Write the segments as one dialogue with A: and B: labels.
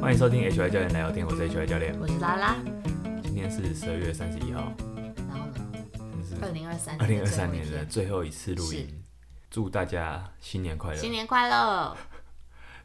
A: 欢迎收听 HY 教练来聊天，我是 HY 教练。
B: 我是拉拉，
A: 今天是十二月三十一号，
B: 然后呢？
A: 这是
B: 二零二三
A: 二零二三年的
B: 的
A: 最后一次录音
B: 是，
A: 祝大家新年快乐
B: 新。年快乐！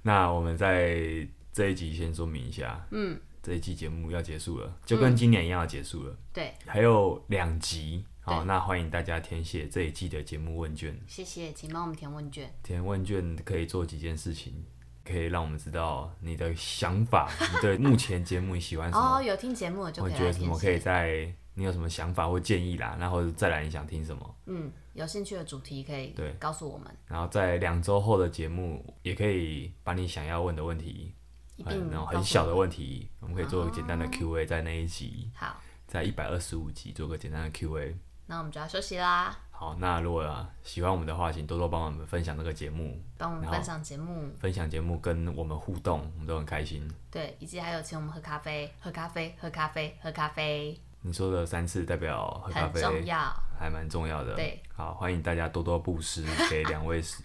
A: 那我们在这一集先说明一下，
B: 嗯，
A: 这一季节目要结束了，就跟今年一样要结束了，
B: 对，
A: 还有两集。好，
B: 对
A: 那欢迎大家填写这一季的节目问卷。
B: 谢谢，请帮我们填问卷。
A: 填问卷可以做几件事情，可以让我们知道你的想法，你对目前节目你喜欢什么
B: 哦，，有听节目的就
A: 我
B: 可以
A: 觉得
B: 来
A: 什
B: 填
A: 么可以
B: 写。
A: 在你有什么想法或建议啦，然后再来你想听什么，
B: 嗯，有兴趣的主题可以
A: 对
B: 告诉我们，
A: 然后在两周后的节目也可以把你想要问的问题，
B: 一
A: 很
B: 并
A: 哎然后
B: 告
A: 很
B: 诉
A: 小
B: 我啊
A: 的
B: 们
A: 问题，我们可以做个简单的 Q&A，在那一集，
B: 好，
A: 在一百二十五集做个简单的 Q&A。
B: 那我们就要休息啦，
A: 好，那如果、啊、喜欢我们的话，请多多帮我们分享这个节目，
B: 帮我们
A: 然后
B: 分享节目。
A: 分享节目跟我们互动，我们都很开心。
B: 对，以及还有请我们喝咖啡，喝咖啡，喝咖啡，喝咖啡，
A: 你说的三次代表喝咖
B: 很
A: 啡
B: 重要。
A: 还蛮重要的。
B: 对，
A: 好，欢迎大家多多布施给两位 是，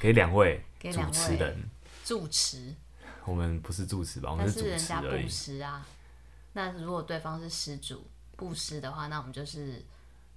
A: 给两位
B: 给
A: 主
B: 两
A: 持
B: 位
A: 人。
B: 住持，
A: 我们不是主持吧？我们哦
B: 但
A: 是主
B: 人
A: 持
B: 家
A: 而已
B: 布。施啊。那如果对方是施主布施的话，那我们就是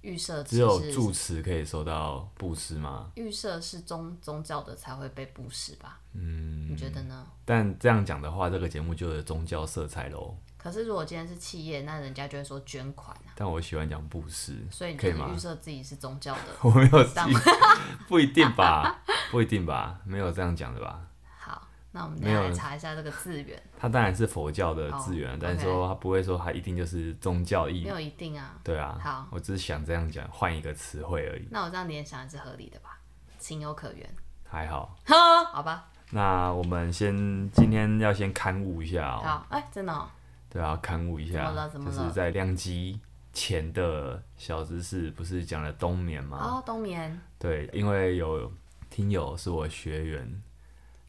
B: 预设
A: 只有
B: 是
A: 住持可以收到布施吗？
B: 预设是宗宗教的才会被布施吧？嗯，你觉得呢？
A: 但这样讲的话，这个节目就有宗教色彩喽。
B: 可是如果今天是企业，那人家就会说捐款啊，
A: 但我喜欢讲布施，
B: 所以你
A: 可以
B: 就是
A: 吗。
B: 预？设自己是宗教的
A: 我没有
B: 当
A: 记， 不一定吧？不一定吧？没有这样讲的吧？
B: 好，那我们
A: 没
B: 等一下
A: 有
B: 来查一下这个 字源，
A: 它当然是佛教的
B: 哦
A: 资源，但是
B: OK
A: 说它不会说它一定就是宗教意
B: 没。有一定啊。
A: 对啊，
B: 好
A: 我只是想这样讲，换一个词汇而已，
B: 那我这样联想也是合理的吧？情有可 原，
A: 还好。
B: 呵，好吧，
A: 那我们先今天要先刊物一下哦、
B: 好，哎、真的、哦，
A: 对啊，刊物一下
B: 怎么了，怎
A: 就
B: 么了
A: 是在两集前的小知识，不是讲了冬眠吗？
B: 哦，冬眠，
A: 对，因为有听友是我学员，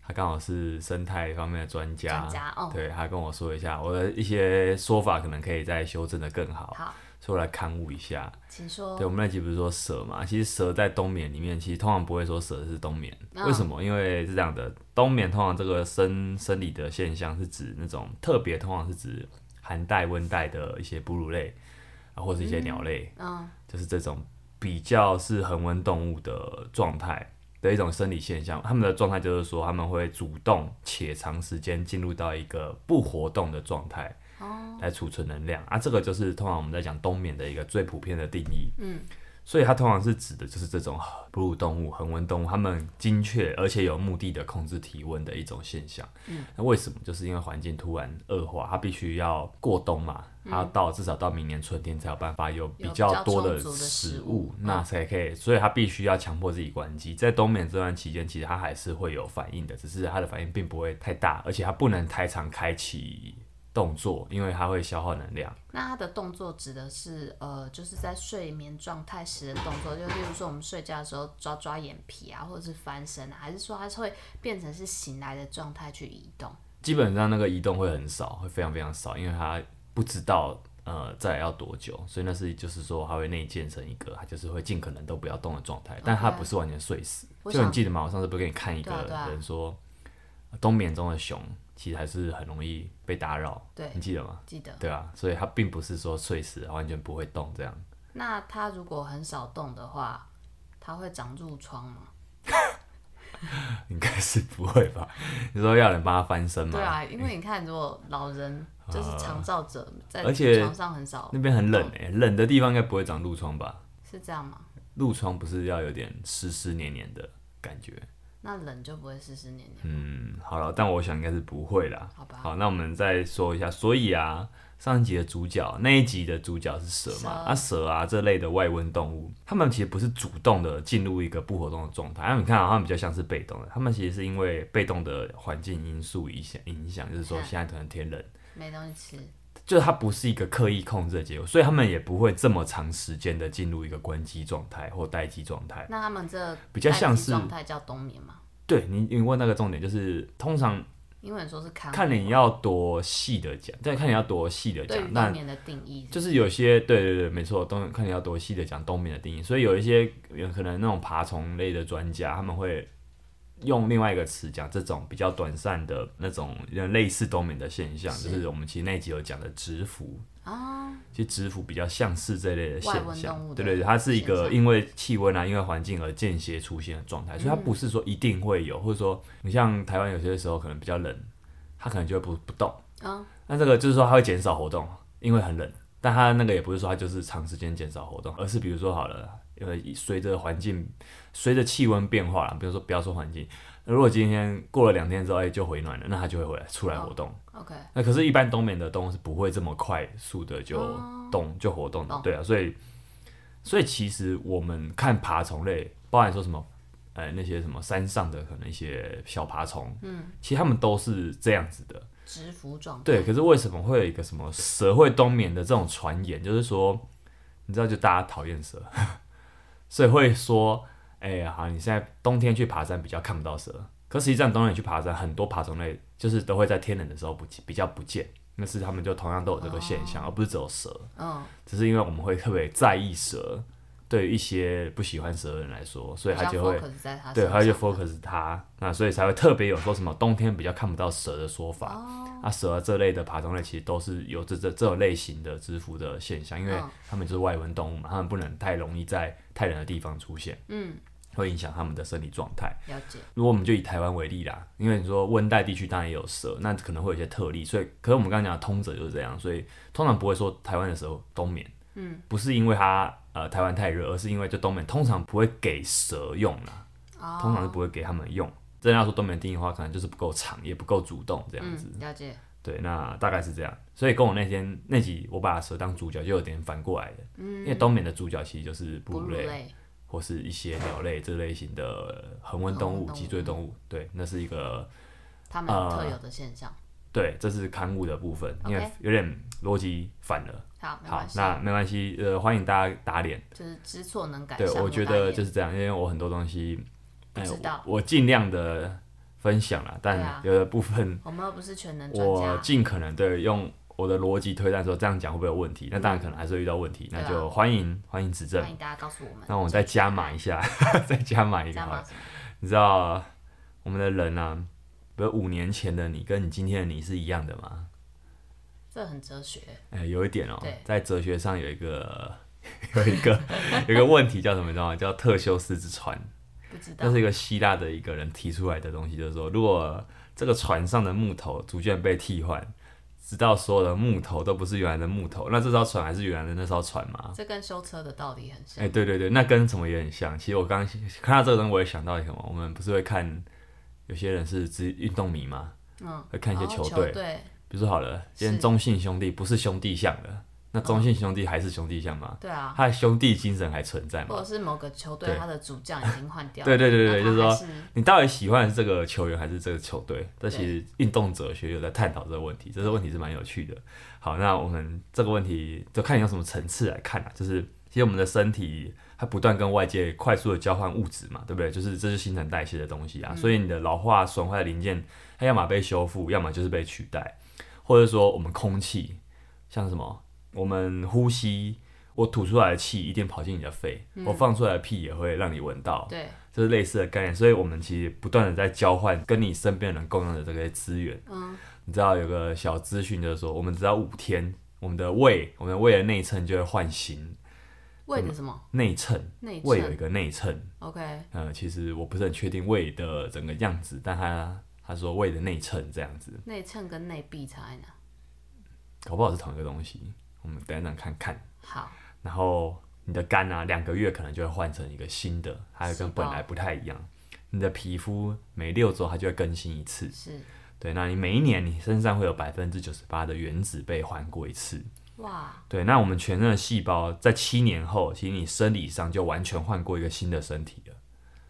A: 他刚好是生态方面的专家，
B: 专家哦
A: 对他跟我说一下我的一些说法，可能可以再修正的更好，
B: 好，哦
A: 所以我来刊物一下。
B: 请说
A: 对，，我们那集不是说蛇嘛？其实蛇在冬眠里面，其实通常不会说蛇是冬眠，
B: 嗯
A: 为什么？因为是这样的，冬眠通常这个生生理的现象是指那种特别，通常是指寒带、温带的一些哺乳类啊，或是一些鸟类，
B: 嗯，
A: 就是这种比较是恒温动物的状态的一种生理现象。它们的状态就是说，它们会主动且长时间进入到一个不活动的状态，来储存能量啊。这个就是通常我们在讲冬眠的一个最普遍的定义。嗯，所以它通常是指的就是这种哺乳动物、恒温动物，它们精确而且有目的的控制体温的一种现象。嗯，那为什么？就是因为环境突然恶化，它必须要过冬嘛。它要到至少到明年春天才有办法有比
B: 有比
A: 较
B: 较
A: 多
B: 充
A: 的
B: 足的
A: 食
B: 食
A: 物
B: 物，
A: 那才可以，所以它必须要强迫自己关机。在冬眠这段期间，其实它还是会有反应的，只是它的反应并不会太大，而且它不能太常开启动作，因为它会消耗能量。
B: 那他的动作指的是呃，就是在睡眠状态时的动作，就例如说我们睡觉的时候抓抓眼皮啊，或者是翻身啊，还是说它是会变成是醒来的状态去移动？
A: 基本上那个移动会很少，会非常非常少，因为它不知道呃再来要多久，所以那是就是说它会内建成一个，它就是会尽可能都不要动的状态，但它不是完全睡死。
B: 哦啊我
A: 就你
B: 想
A: 记得吗？我上次不是给你看一个
B: 对啊对啊
A: 人说，呃冬眠中的熊其实还是很容易被打扰，
B: 对
A: 你记得吗？
B: 记得。
A: 对啊，所以它并不是说睡死完全不会动这样。
B: 那它如果很少动的话，它会长褥疮吗？
A: 应该是不会吧？你说要人帮它翻身吗？
B: 对啊，因为你看，如果老人就是长照者在
A: 而且
B: 床上很少，
A: 那边很冷诶、冷的地方应该不会长褥疮吧？
B: 是这样吗？
A: 褥疮不是要有点湿湿黏黏的感觉？
B: 那冷就不会湿湿黏黏，
A: 嗯，好了，但我想应该是不会啦。
B: 好吧？
A: 好，那我们再说一下，所以啊，上一集的主角那一集的主角是蛇嘛？
B: 蛇
A: 啊，蛇啊这类的外温动物，它们其实不是主动的进入一个不活动的状态，啊，你看啊，它们比较像是被动的，它们其实是因为被动的环境因素影响影响，就是说
B: 嗯
A: 现在可能天冷，
B: 没东西吃，
A: 就是它不是一个刻意控制的结果，所以它们也不会这么长时间的进入一个关机状态或待机状态。
B: 那他们这
A: 比较像
B: 待机
A: 是
B: 状态叫冬眠嘛？
A: 对你，你问那个重点就是，通常
B: 英文说是看
A: 看你要多细的讲，再看你要多细的
B: 对
A: 讲
B: 于，
A: 那
B: 冬眠的定义是
A: 就是有些对对对，没错，冬看你要多细的讲冬眠的定义，所以有一些有可能那种爬虫类的专家，他们会用另外一个词讲这种比较短暂的那种类似冬眠的现象，
B: 是
A: 就是我们其实那一集有讲的直伏。
B: 啊，
A: 其实直伏比较像是这类的现
B: 外文动
A: 象，
B: 物的
A: 对对对，它是一
B: 现
A: 个
B: 象嗯
A: 因为气温啊，因为环境而间歇出现的状态，所以它不是说一定会有，或者说你像台湾有些时候可能比较冷，它可能就会不不动，
B: 嗯，
A: 那这个就是说它会减少活动，因为很冷，但它那个也不是说它就是长时间减少活动，而是比如说好了，呃，随着环境随着气温变化啦，比如说不要说环境，如果今天过了两天之后，哎、就回暖了，那它就会回来出来活动。
B: OK，
A: 那可是，一般冬眠的动物是不会这么快速的就
B: 哦
A: 动、就活动的
B: 懂，
A: 对啊，所以所以其实我们看爬虫类，包含说什么，呃，那些什么山上的可能一些小爬虫，嗯，其实它们都是这样子的，
B: 直服状态，
A: 对。可是为什么会有一个什么蛇会冬眠的这种传言？就是说，你知道，就大家讨厌蛇， 所以会说，哎、呀，好，你现在冬天去爬山比较看不到蛇，可实际上冬天去爬山，很多爬虫类就是都会在天冷的时候不见比较不见，那是他们就同样都有这个现
B: 哦
A: 象，而不是只有蛇。
B: 嗯，
A: 只是因为我们会特别在意蛇，对于一些不喜欢蛇的人来说，所以他就会
B: 比较 focus 在他
A: 对，
B: 身
A: 他就
B: 上
A: focus 它，那所以才会特别有说什么冬天比较看不到蛇的说法。啊，蛇啊这类的爬虫类其实都是有这这这种类型的支付的现象，因为
B: 嗯
A: 它们就是外文动物嘛，它们不能太容易在太冷的地方出现，
B: 嗯，
A: 会影响它们的生理状态。
B: 了解，
A: 如果我们就以台湾为例啦，因为你说温带地区当然也有蛇，那可能会有一些特例，所以可是我们刚刚讲的通则就是这样，所以通常不会说台湾的蛇冬眠，嗯，不是因为它呃台湾太热，而是因为就冬眠通常不会给蛇用啦，
B: 哦
A: 通常是不会给它们用。真的要说冬眠定义的话，可能就是不够长，也不够主动这样子。
B: 嗯，了解，
A: 对，那大概是这样。所以跟我那天那集我把蛇当主角，就有点反过来的，嗯、因为冬眠的主角其实就是哺
B: 哺
A: 乳
B: 乳
A: 类，
B: 类，
A: 或是一些鸟类这类型的恒温动
B: 恒温
A: 物、
B: 动物
A: 脊椎动物，对，那是一个
B: 他们有
A: 呃
B: 特有的现象。
A: 对，这是刊物的部分，因为
B: OK
A: 有点逻辑反了。
B: 好，没
A: 好
B: 关，系，
A: 那没关系，呃，欢迎大家打脸。
B: 就是知错能改。
A: 对，
B: 善
A: 我
B: 莫
A: 觉
B: 大
A: 得
B: 焉
A: 就是这样，因为我很多东西，哎
B: 不知道
A: 我我尽量的分享啦，
B: 对
A: 但
B: 啊
A: 有的部分
B: 我们又不是全能专
A: 我
B: 家，
A: 尽可能对用我的逻辑推断说这样讲会不会有问题，那当然可能还是会遇到问题，
B: 嗯对
A: 那
B: 啊
A: 就欢迎欢迎指正
B: 欢。迎大家告诉我们。
A: 那我们再加码一下， 再加码一个
B: 加
A: 好了
B: 码。什么
A: 你知道我们的人啊，比如五年前的你跟你今天的你是一样的吗？
B: 这很哲学，
A: 哎、有一点哦、
B: 对
A: 在哲学上有一个 有一个有一个问题叫什么？你知道吗？叫特修斯之船。
B: 不知道
A: 那是一个希腊的一个人提出来的东西，就是说，如果这个船上的木头逐渐被替换，直到所有的木头都不是原来的木头，那这艘船还是原来的那艘船吗？
B: 这跟修车的道理很
A: 哎、
B: 像。
A: 对对对，那跟什么也很像。其实我刚刚看到这个东西，我也想到什么，我们不是会看有些人是只运动迷吗？
B: 嗯，
A: 会看一些
B: 然后
A: 哦球
B: 球
A: 队
B: 队，
A: 比如说好了，今天
B: 是
A: 中信兄弟不是兄弟相了，那中信兄弟还是兄弟相吗？
B: 对啊，
A: 他的兄弟精神还存在
B: 或
A: 吗
B: 者？是某个球队
A: 对
B: 他的主将已经换掉了。
A: 对对对对，
B: 那
A: 就是
B: 他还
A: 说哦你到底喜欢的是这个球员还是这个球队？这
B: 嗯对
A: 其实运动哲学有在探讨这个问题，这个问题是蛮有趣的。好，那我们这个问题就看你用什么层次来看啊，就是其实我们的身体它不断跟外界快速的交换物质嘛，对不对？就是这是新陈代谢的东西啊，所以你的老化损坏的零件，它要么被修复，要么就是被取代，或者说我们空气，像什么我们呼吸。我吐出来的气一定跑进你的肺，我放出来的屁也会让你闻到，
B: 对，
A: 这是类似的概念，所以我们其实不断的在交换跟你身边人共用的这些资源。
B: 嗯，
A: 你知道有个小资讯就是说，我们只要五天，我们的胃，我们的胃的内衬就会换型。
B: 为
A: 嗯
B: 的什么
A: 内衬，
B: 内
A: 胃有一
B: 衬
A: 个内衬，
B: ？OK，
A: 呃，其实我不是很确定胃的整个样子，但他他说胃的内衬这样子，
B: 内衬跟内壁差在哪？
A: 搞不好是同一个东西。我们等一等看看。
B: 好，
A: 然后你的肝啊，两个月可能就会换成一个新的，还有
B: 细
A: 跟
B: 胞
A: 本来不太一样。你的皮肤每六周它就会更新一次，
B: 是
A: 对，那你每一年你身上会有百分之九十八的原子被换过一次。
B: 哇，
A: 对，那我们全身的细胞在七年后，其实你生理上就完全换过一个新的身体了。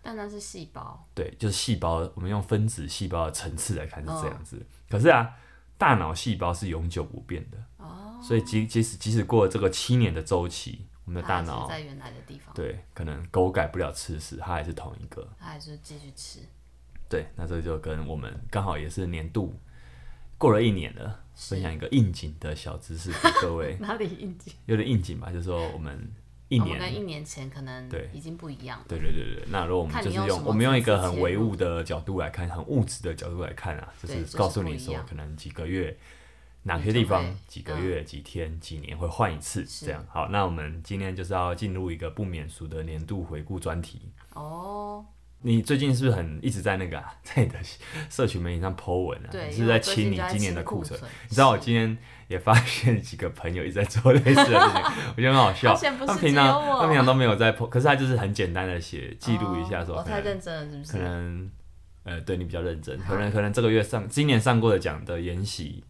B: 但那是细胞，
A: 对，就是细胞，我们用分子细胞的层次来看是这样子。
B: 哦
A: 可是啊，大脑细胞是永久不变的。哦。所以即即使即使过了这个七年的周期，我们的
B: 它
A: 大
B: 还是
A: 脑
B: 在原来的地方，
A: 对可能狗改不了吃屎，它还是同一个。
B: 它还是继续吃。
A: 对，那这就跟我们刚好也是年度过了一年了，
B: 是
A: 分享一个应景的小知识给各位，
B: 哪里应景？
A: 有点应景吧，就是说我们一
B: 哦我们
A: 年。
B: 跟一年前可能
A: 对
B: 已经不一样了。
A: 对对对对，那如果我们
B: 看
A: 就
B: 你
A: 是
B: 用什
A: 用
B: 么
A: 我们用一
B: 层
A: 个
B: 次
A: 很
B: 切
A: 唯
B: 入
A: 物的角度来看，很物质的角度来看啊，就
B: 对就是
A: 是告诉
B: 不
A: 你
B: 一
A: 说
B: 样，
A: 可能几个月、哪
B: 你
A: 些
B: 就
A: 地方
B: 会、
A: 几个
B: 嗯
A: 月、几天、几年会换一次，
B: 是
A: 这样。好，那我们今天就是要进入一个不免俗的年度回顾专题。
B: 哦，
A: 你最近是不是很一直在那个、啊、 在你的社群媒体上 po 文啊？
B: 对，
A: 你
B: 因
A: 是不是
B: 为
A: 在
B: 我最
A: 清
B: 近
A: 你
B: 就在
A: 今年
B: 清
A: 的
B: 库
A: 库存。
B: 存
A: 你知道我
B: 是
A: 今天也发现几个朋友一直在做类似的事情，我觉得很好 笑。
B: 发现不
A: 他
B: 是
A: 平
B: 只有
A: 常
B: 我
A: 他平常都没有在 po，可是他就是很简单的写记录一下说，
B: 哦我
A: 可
B: 太
A: 能
B: 认真了，是不
A: 可
B: 是？
A: 能呃对你比较认真，
B: 好
A: 可能可能这个月上今年上过的奖的研习。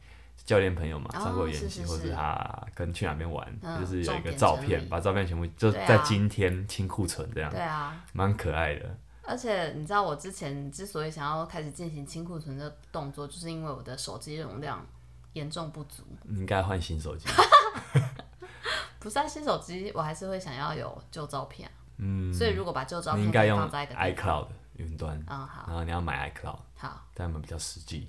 A: 教练朋友嘛，
B: 哦
A: 上过研习，
B: 是是
A: 或
B: 是
A: 者他跟去哪边玩，
B: 嗯
A: 就是有一个
B: 重点
A: 照
B: 整
A: 片
B: 理，
A: 把照片全部就
B: 对啊
A: 在今天清库存这样，
B: 对啊，
A: 蛮可爱的。
B: 而且你知道我之前之所以想要开始进行清库存的动作，就是因为我的手机容量严重不足。
A: 你应该换新手机。
B: 不是啊，新手机我还是会想要有旧照片啊、
A: 嗯，
B: 所以如果把旧照
A: 你
B: 片
A: 应该用
B: 放在一个地方
A: iCloud 云端，
B: 嗯，好
A: 然后你要买 iCloud，
B: 好，
A: 但我们比较实际。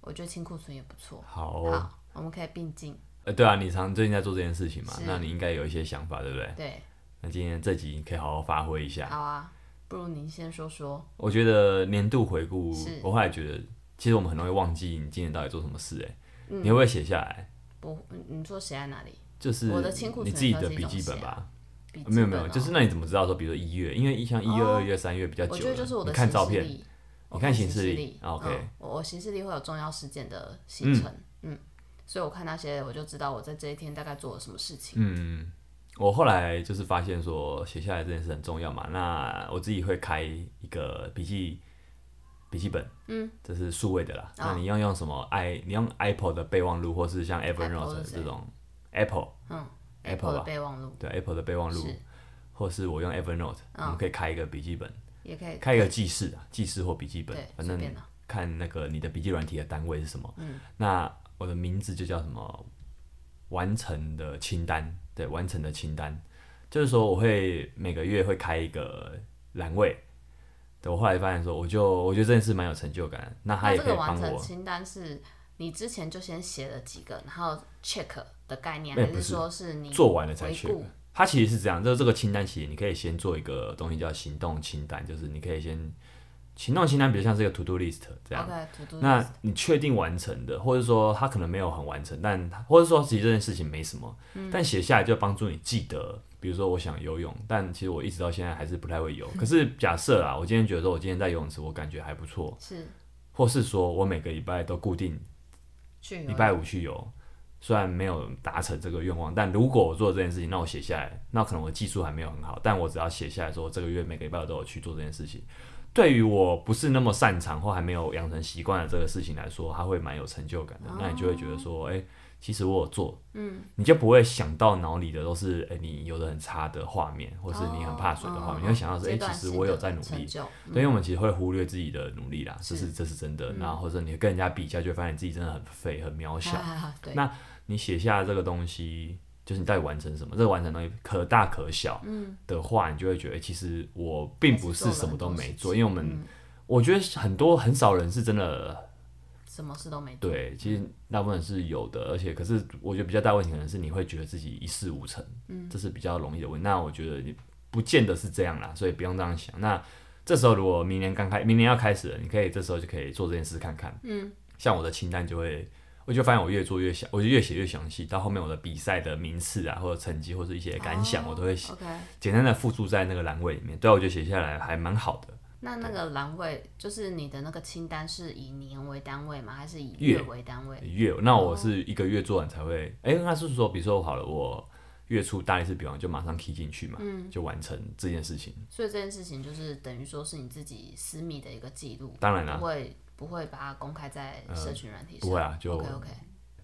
B: 我觉得清库存也不错。
A: 好哦，
B: 好，我们可以并进。
A: 呃，对啊，你常最近在做这件事情嘛
B: 是，
A: 那你应该有一些想法，对不对？
B: 对，
A: 那今天这集你可以好好发挥一下。
B: 好啊，不如您先说说。
A: 我觉得年度回顾
B: 是，
A: 我后来觉得，其实我们很容易忘记你今年到底做什么事，哎，
B: 嗯
A: 你会不会写下来？
B: 不，嗯你说写在哪里？
A: 就是
B: 我的清库存
A: 你自己
B: 也
A: 的
B: 算是一
A: 笔
B: 种
A: 记本
B: 写
A: 吧？啊
B: 笔记
A: 没有没
B: 本
A: 有，
B: 哦
A: 就是那你怎么知道说，比如说一月，因为像一月、
B: 哦
A: 二月、三月比较久
B: 我
A: 了，
B: 觉得就是我的
A: 你看
B: 行
A: 照
B: 事
A: 片，
B: 历，
A: 你
B: 我
A: 看
B: 行
A: 行事历
B: 历
A: 啊，OK
B: 嗯我我行事历会有重要事件的行程，嗯所以我看那些我就知道我在这一天大概做了什么事情。
A: 嗯，我后来就是发现说写下来这件事很重要嘛，那我自己会开一个笔记笔记本，嗯，这是数位的啦。
B: 哦
A: 那你要用什么 i？你用 Apple 的备忘录，或是像
B: Apple
A: Evernote
B: 是谁
A: 这种 Apple Apple
B: 嗯的
A: 吧
B: 备忘录
A: 对 Apple 的备忘录
B: 是，嗯
A: 或是我用 Evernote，、我们可以开一个笔记本，
B: 也可以
A: 开一个记事啊，记事或笔记本
B: 对，，
A: 反
B: 随
A: 正
B: 便的
A: 看那个你的笔记软体的单位是什么。
B: 嗯
A: 那我的名字就叫什么完成的清单，对，完成的清单，就是说我会每个月会开一个栏位。对，我后来发现说，我就我觉得这件事蛮有成就感的，那他
B: 那
A: 也
B: 啊这
A: 可以
B: 个完
A: 帮
B: 成
A: 我。
B: 清单是你之前就先写了几个，然后 check 的概念，
A: 哎
B: 还
A: 不是
B: 说是你
A: 做完了才
B: 回
A: 去
B: 顾。
A: 它其实是这样，就是这个清单其实你可以先做一个东西叫行动清单，就是你可以先行动清单，比如像是一个 to do list 这样。
B: OK to do
A: 那
B: list
A: 你确定完成的，或者说他可能没有很完成，但他或者说其实这件事情没什么，但写下来就帮助你记得。比如说我想游泳，但其实我一直到现在还是不太会游。可是假设啊啦，我今天觉得说我今天在游泳池我感觉还不错，
B: 是
A: 或是说我每个礼拜都固定
B: 去啊
A: 礼拜五去游，虽然没有达成这个愿望，但如果我做这件事情，那我写下来，那可能我技术还没有很好，但我只要写下来说这个月每个礼拜我都有去做这件事情，对于我不是那么擅长或还没有养成习惯的这个事情来说，它会蛮有成就感
B: 哦
A: 的。那你就会觉得说，哎、其实我有做，嗯，你就不会想到脑里的都是哎、你游的很差的画面，或是你很怕水的画面，
B: 哦
A: 你会想到是哎、
B: 阶段
A: 其实
B: 性
A: 我有
B: 的
A: 在努力
B: 成，就，嗯
A: 对，因为我们其实会忽略自己的努力啦，这
B: 是
A: 是这是真的。然后或者你跟人家比较，就会发现自己真的很废、很渺 小。
B: 啊对，
A: 那你写下这个东西，就是你到底完成什么？这个完成的东西可大可小，嗯，的话，你就会觉得、欸其实我并不是什么都没做，因为我们、我觉得很多很少人是真的
B: 什么事都没做，
A: 对，其实大部分是有的，而且可是我觉得比较大问题可能是你会觉得自己一事无成，嗯，这是比较容易的问题。那我觉得你不见得是这样啦，所以不用这样想。那这时候如果明年刚开，明年要开始了，你可以这时候就可以做这件事看看，嗯，像我的清单就会。我就发现我越做越详，我就越写越详细。到后面我的比赛的名次啊，或者成绩，或者一些感想，
B: 哦
A: 我都会写
B: OK，
A: 简单的附注在那个栏位里面。对啊，我觉得写下来还蛮好的。
B: 那那个栏位就是你的那个清单是以年为单位吗？还是以
A: 月
B: 月为单位？
A: 月，那
B: 哦
A: 我是一个月做完才会，哎、那是说，比如说好了，我月初大力士比完就马上 key 进去嘛，
B: 嗯
A: 就完成这件事情。
B: 所以这件事情就是等于说是你自己私密的一个记录，
A: 当然啦、
B: 不会不会把它公开在社群软体上，
A: 不会啊，就
B: OK OK，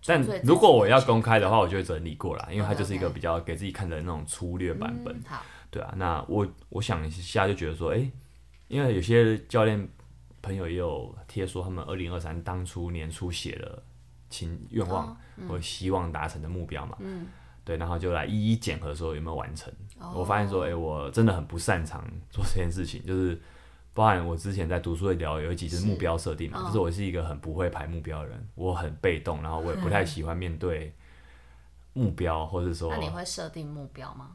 A: 但
B: 纯粹自己
A: 如果
B: 的
A: 我要
B: check
A: 公开的话，我就会整理过啦，因为它
B: OK，OK
A: 就是一个比较给自己看的那种粗略版本，
B: 嗯好，
A: 对啊。那我我想一下就觉得说，哎、因为有些教练朋友也有贴说，他们二零二三当初年初写了请愿望、
B: 哦嗯
A: 或希望达成的目标嘛，嗯，对，然后就来一一检核说有没有完成。
B: 哦
A: 我发现说，哎、我真的很不擅长做这件事情， 就是包含我之前在读书会聊有一集是
B: 是
A: 目标设定嘛，
B: 嗯
A: 就是我是一个很不会排目标的人，我很被动，然后我也不太喜欢面对目标，或者说
B: 那你会设定目标吗？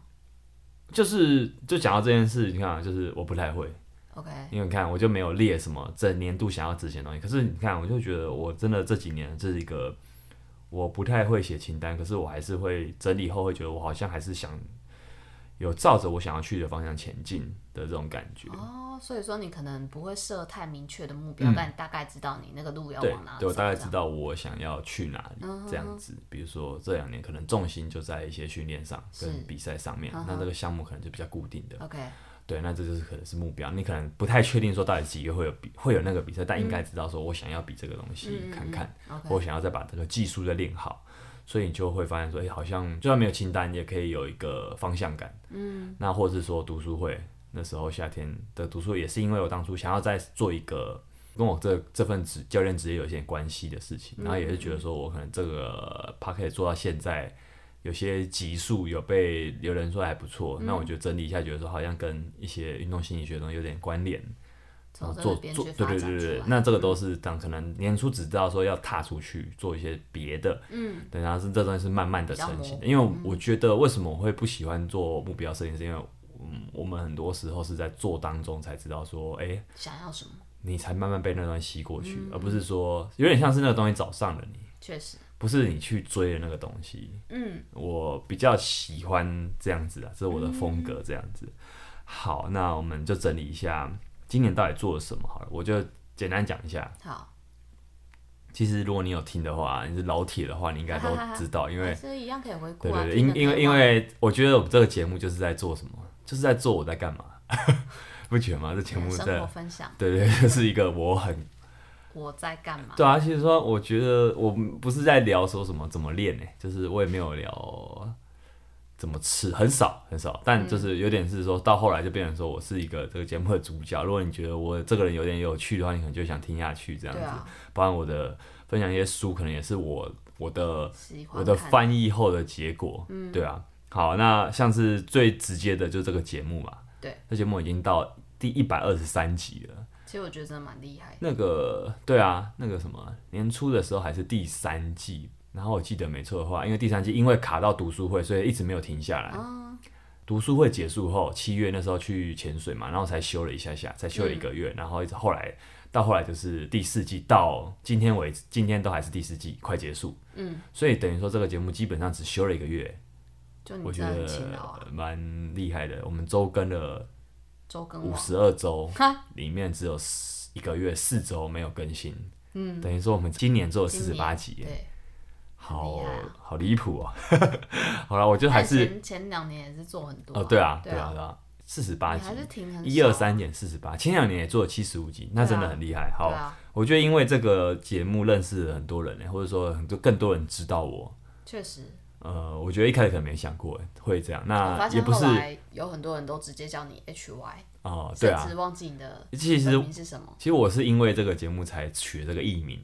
A: 就是就讲到这件事，你看啊，就是我不太会，
B: OK，
A: 因为你看我就没有列什么这年度想要执行的东西。可是你看，我就觉得我真的这几年这是一个我不太会写清单，可是我还是会整理后会觉得我好像还是想有照着我想要去的方向前进的这种感觉。
B: 哦，所以说你可能不会设太明确的目标，但你大概知道你那个路要
A: 嗯对
B: 往哪走。
A: 对，我大概
B: 这
A: 知
B: 样
A: 道我想要去哪里
B: 嗯
A: 这样子。比如说这两年可能重心就在一些训练上
B: 是嗯
A: 跟比赛上面，那这个项目可能就比较固定的。
B: OK，
A: 对，那这就是可能是目标。你可能不太确定说到底几月会有比会有那个比赛，但应该知道说我想要比这个东西
B: 嗯嗯嗯
A: 看看，
B: 嗯，OK
A: 我想要再把这个技术再练好。所以你就会发现说，哎、好像就算没有清单，也可以有一个方向感。嗯，那或者是说读书会，那时候夏天的读书会也是因为我当初想要再做一个跟我这这份职教练职业有一些关系的事情，然后也是觉得说我可能这个 p a c k e t 做到现在，有些集数有被有人说还不错，那我就整理一下，觉得说好像跟一些运动心理学的东西有点关联，然后
B: 从这
A: 哦做
B: 个边
A: 做
B: 去
A: 对
B: 发
A: 对
B: 展
A: 对对
B: 出，来。嗯
A: 那这个都是当可能年初只知道说要踏出去做一些别的，嗯，对，然后是这东西是慢慢的
B: 比较
A: 成型
B: 模嗯
A: 的，因为我我觉得为什么我会不喜欢做目标设定，是因为嗯，我们很多时候是在做当中才知道说，哎、
B: 想要什么？
A: 你才慢慢被那段吸过去，
B: 嗯
A: 而不是说有点像是那个东西找上了你，
B: 确实，
A: 不是你去追的那个东西。
B: 嗯，
A: 我比较喜欢这样子啊，这是我的风格这样子。好，那我们就整理一下今年到底做了什么好了，我就简单讲一下。
B: 好，
A: 其实如果你有听的话，你是老铁的话，你应该都知 道，因为
B: 还是一样可以回顾
A: 对
B: 啊。
A: 对对，
B: 听
A: 因
B: 得
A: 因为因
B: 懂吗
A: 为我觉得我们这个节目就是在做什么，就是在做我在干嘛， 不觉得吗？这节目
B: 生活
A: 在。
B: 分享，
A: 对对， 就是一个我很
B: 我在干嘛？
A: 对啊，其实说我觉得我们不是在聊说什么怎么练呢、就是我也没有聊怎么吃，很少很少，
B: 嗯
A: 但就是有点是说到后来就变成说我是一个这个节目的主角。如果你觉得我这个人有点有趣的话，你可能就想听下去这样
B: 对
A: 子。
B: 啊，
A: 包含我的分享一些书，可能也是我我的
B: 喜欢
A: 我的
B: 看
A: 翻译后的结果，
B: 嗯
A: 对啊。好，那像是最直接的就是这个节目嘛，
B: 对，
A: 这节目已经到第一百二十三集了。
B: 其实我觉得真的蛮厉害的。
A: 那个对啊，那个什么年初的时候还是第三季，然后我记得没错的话，因为第三季因为卡到读书会，所以一直没有停下来。
B: 哦
A: 读书会结束后，七月那时候去潜水嘛，然后才休了一下下，才休了一个月，然后一直后来到后来就是第四季到今天为止，今天都还是第四季快结束，嗯，所以等于说这个节目基本上只休了一个月，
B: 就你
A: 我觉
B: 真的很勤劳
A: 得
B: 啊，
A: 蛮厉害的。我们周更了
B: 周更
A: 五
B: 王，
A: 十二周，
B: 哈，
A: 里面只有四一个月四周没有更新，嗯，等于说我们今年做了四十
B: 今
A: 八
B: 年
A: 集耶，
B: 对，
A: 好
B: 很厉害啊
A: 好离谱哦。 好了，我觉得还
B: 但
A: 是
B: 前前两年也是做很多
A: 哦，
B: 啊，
A: 对啊，
B: 对
A: 对啊，，对啊，四十八
B: 你
A: 集，
B: 哎还是挺很
A: 一二
B: 少啊，
A: 三减四十八，前两年也做了七十五集，那
B: 对啊
A: 真的很厉害。
B: 对
A: 好，
B: 啊，
A: 我觉得因为这个节目认识了很多人耶，欸或者说很多更多人知道我。
B: 确实，
A: 呃，我觉得一开始可能没想过耶欸会这样，
B: 我发
A: 那啊也
B: 现
A: 不
B: 后
A: 是
B: 来有很多人都直接叫你 HY，
A: 哦，对
B: 甚
A: 啊
B: 至，忘记你的
A: 其实
B: 本名是什么，
A: 其实我是因为这个节目才取这个艺名，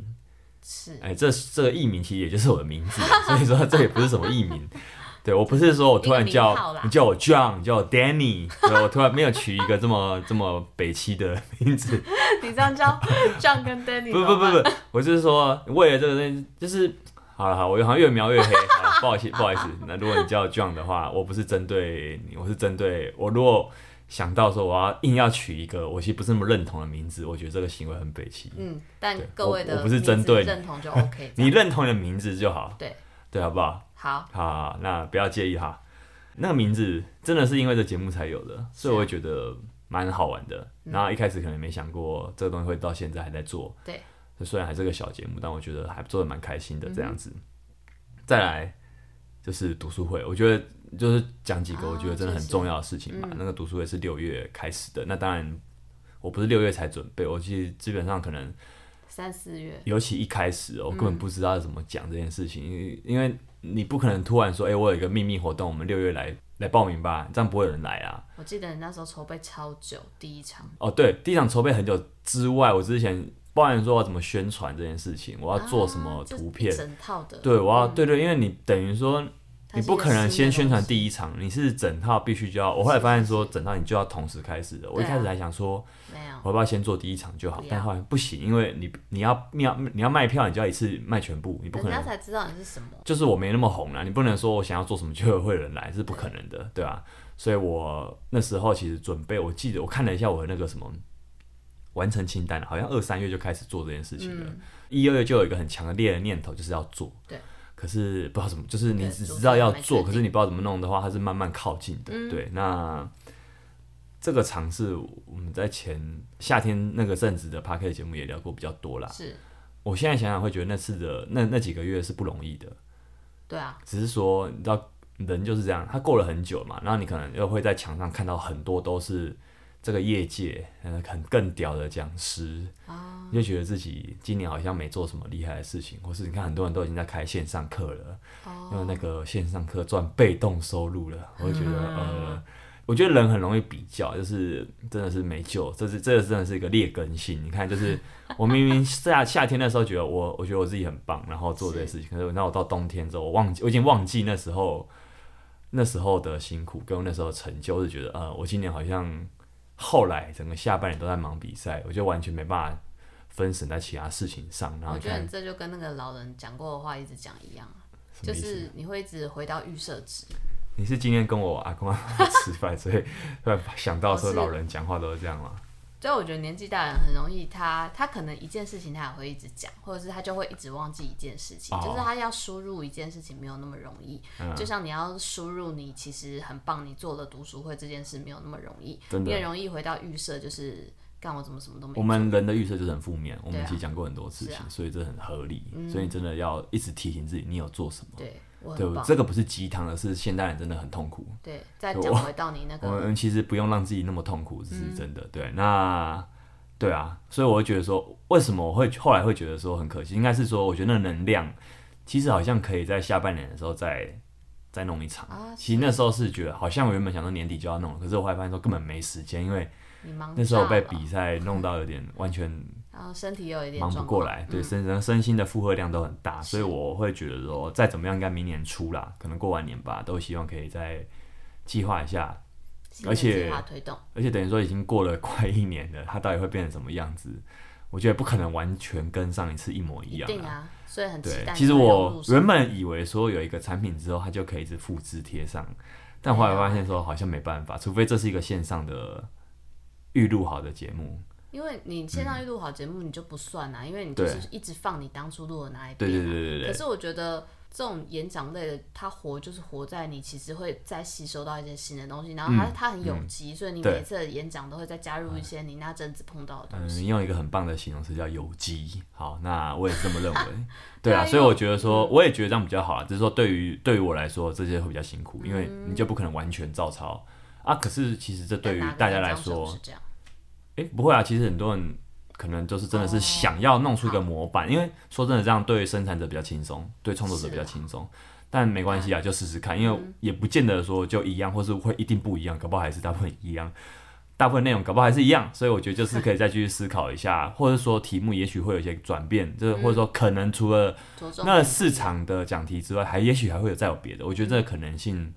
B: 是
A: 哎、这这个艺名其实也就是我的名字，啊所以说这也不是什么艺名。 对我不是说我突然
B: 一个名号
A: 叫
B: 啦
A: 你叫我 John，你叫我 Danny，对我突然没有取一个这么这么北七的名字，
B: 你这样叫 John 跟 Danny，
A: 不不不不，我就是说为了这个东西，就是好了好，我好像越描越黑，好了，不好意思不好意思。那如果你叫 John 的话，我不是针对你，我是针对我如果想到说我要硬要取一个我其实不是那么认同的名字，我觉得这个行为很北七。
B: 嗯，但
A: 对
B: 各位
A: 我
B: 的
A: 我不是针对你
B: 名字认同就 OK，这
A: 你
B: 样
A: 认同你的名字就好，
B: 对
A: 对，好不好？
B: 好
A: 好，那不要介意哈。那个名字真的是因为这节目才有的，所以我会觉得蛮好玩的。然后一开始可能没想过这个东西会到现在还在做，
B: 对，
A: 虽然还是个小节目，但我觉得还做的蛮开心的这样子。再来就是读书会，我觉得就是讲几个
B: 啊
A: 我觉得真的很
B: 确实
A: 重要的事情吧。那个读书会是六月开始的，那当然我不是六月才准备，我其实基本上可能
B: 三四月
A: 尤其一开始
B: 嗯
A: 哦，我根本不知道怎么讲这件事情，因为因为你不可能突然说，哎、我有一个秘密活动，我们六月来来报名吧，这样不会有人来啊。
B: 我记得你那时候筹备超久，第一场
A: 哦，对，第一场筹备很久之外，我之前包含说要怎么宣传这件事情，我要做什么
B: 啊就
A: 图片，
B: 一整套的，嗯
A: 对，我要、对对，因为你等于说你不可能先宣传第一场，你是整套必须就要。我后来发现说，整套你就要同时开始的。我一开
B: 啊
A: 始还想说，
B: 没有
A: 我要不要先做第一场就好
B: 不？要
A: 但后来不行，因为你你要你要你要卖票，你就要一次卖全部，你不可
B: 人家
A: 能。
B: 才知道你是什么。
A: 就是我没那么红啦，啊你不能说我想要做什么就会有人来，这是不可能的，对吧、所以我那时候其实准备，我记得我看了一下我的那个什么完成清单，啊好像二三月就开始做这件事情了，一、二月就有一个很强烈的念头，就是要做。
B: 嗯对。
A: 可是不知道怎么，就是你
B: 对
A: 只
B: 就是
A: 知道要
B: 还没嗯
A: 做，
B: 确
A: 可是你不知道怎么弄的话，它是慢慢靠近的。对，那这个尝试我们在前夏天那个阵子的 p a r k 节目也聊过比较多啦。
B: 是，
A: 我现在想想会觉得那次的那那几个月是不容易的，
B: 对啊，
A: 只是说你知道人就是这样，他过了很久嘛，然后你可能又会在墙上看到很多都是这个业界呃很更屌的讲师，
B: 啊，
A: 你就觉得自己今年好像没做什么厉害的事情，或是你看很多人都已经在开线上课了，
B: 哦，
A: 用那个线上课赚被动收入了，我就觉得、
B: 嗯
A: 呃。我觉得人很容易比较，就是真的是没救，这是这个真的是一个劣根性。你看，就是 我明明夏夏天的时候觉得我，我觉得我自己很棒，然后做这些事情，可是那我到冬天之后，我忘记，我已经忘记那时候那时候的辛苦跟那时候的成就，我就觉得呃，我今年好像后来整个下半年都在忙比赛，我就完全没办法分神在其他事情上。然后
B: 我
A: 你
B: 觉得
A: 看
B: 你这就跟那个老人讲过的话一直讲一样啊，
A: 什
B: 就
A: 么意思？
B: 是你会一直回到预设值。
A: 你是今天跟我阿公阿妈吃饭， 所以突然想到
B: 哦
A: 说老人讲话都是这样吗？
B: 所以啊我觉得年纪大的人很容易他，他可能一件事情他也会一直讲，或者是他就会一直忘记一件事情，
A: 哦嗯
B: 就是他要输入一件事情没有那么容易。就像你要输入你其实很棒，你做了读书会这件事没有那么容易，
A: 真的
B: 你很容易回到预设，就是干我怎么什么都没
A: 我
B: 做。
A: 们人的预设就是很负面，我
B: 对
A: 们
B: 啊
A: 其实讲过很多次情，
B: 是啊嗯
A: 所以这很合理。所以你真的要一直提醒自己，你有做什么。
B: 对我
A: 对
B: 很
A: 不，
B: 棒。
A: 这个不是鸡汤，而是现代人真的很痛苦。
B: 对，再
A: 我
B: 讲回到你那
A: 我嗯
B: 个，
A: 们其实不用让自己那么痛苦，这是
B: 嗯
A: 真的。对，那对啊，所以我会觉得说，为什么我会后来会觉得说很可惜，应该是说，我觉得那能量其实好像可以在下半年的时候再再弄一场。
B: 啊
A: 其实那时候是觉得，好像我原本想说年底就要弄了，可是我后来发现说根本没时间，因为
B: 你忙
A: 那时候
B: 炸
A: 被
B: 了，
A: 比赛弄到有 点完全
B: 然后身体又哦有一点
A: 忙不
B: 状
A: 过
B: 况嗯
A: 来，对身身身心的负荷量都很大，所以
B: 是
A: 我会觉得说，再怎么样应该明年初啦，可能过完年吧，都希望可以再计划一下。
B: 新
A: 而
B: 的计
A: 且
B: 划推动，
A: 而且等于说已经过了快一年了，它到底会变成什么样子？我觉得不可能完全跟上一次一模一
B: 一
A: 样
B: 定
A: 啦。
B: 啊，所以很期
A: 对
B: 待，你
A: 其实
B: 会融
A: 我
B: 入什么
A: 原本以为说有一个产品之后，它就可以一直复制贴上，但后来
B: 啊
A: 发现说好像没办法，除非这是一个线上的预录好的节目。
B: 因为你线上预录好节目，你就不算啦、因为你就
A: 对
B: 是一直放你当初录的那一
A: 对
B: 遍、啊。
A: 对对对对
B: 可是我觉得这种演讲类的，它活就是活在你其实会再吸收到一些新的东西，然后它、它很有机，所以你
A: 对
B: 每次的演讲都会再加入一些你那阵子碰到的东
A: 嗯，
B: 西。
A: 用一个很棒的形容词叫有机。好，那我也是这么认 为。对
B: 对
A: 啊，
B: 啊
A: 所以我觉得说，我也觉得这样比较好啊。只是说，对于对于我来说，这些会比较辛苦，因为你就不可能完全照抄啊。可是其实这对于
B: 但哪个
A: 大家
B: 演
A: 来
B: 讲者不
A: 说
B: 是，这样，
A: 诶，不会啊。其实很多人可能就是真的是想要弄出一个模板，因为说真的，这样对生产者比较轻松，对创作者
B: 是
A: 比较
B: 啦
A: 轻松。但没关系啊，就试试看，因为也不见得说就一样，或是会一定不一样，搞不好还是大部分一样，大部分内容搞不好还是一样，所以我觉得就是可以再继续思考一下，或者说题目也许会有一些转变，就是或者说可能除了
B: 着重
A: 那市场的讲题之外，还也许还会有再有别的，我觉得这个可能性。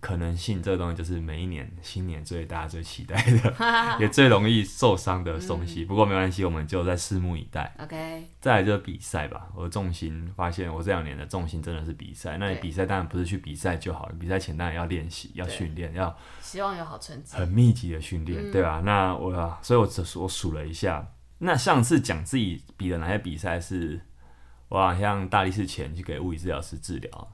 A: 可能性这个东西就是每一年新年最大家最期待的，也最容易受伤的东西。不过没关系，我们就再拭目以待。
B: OK，
A: 再来就是比赛吧，我的重心发现我这两年的重心真的是比赛。那你
B: 对
A: 比赛当然不是去比赛就好了，比赛前当然要练习、要
B: 对
A: 训练、要
B: 希望有好成绩。
A: 很密集的训
B: 嗯
A: 练，对吧、那我啊，所以我只我数了一下，那上次讲自己比的哪些比赛是，我好像大力士前去给物理治疗师治疗，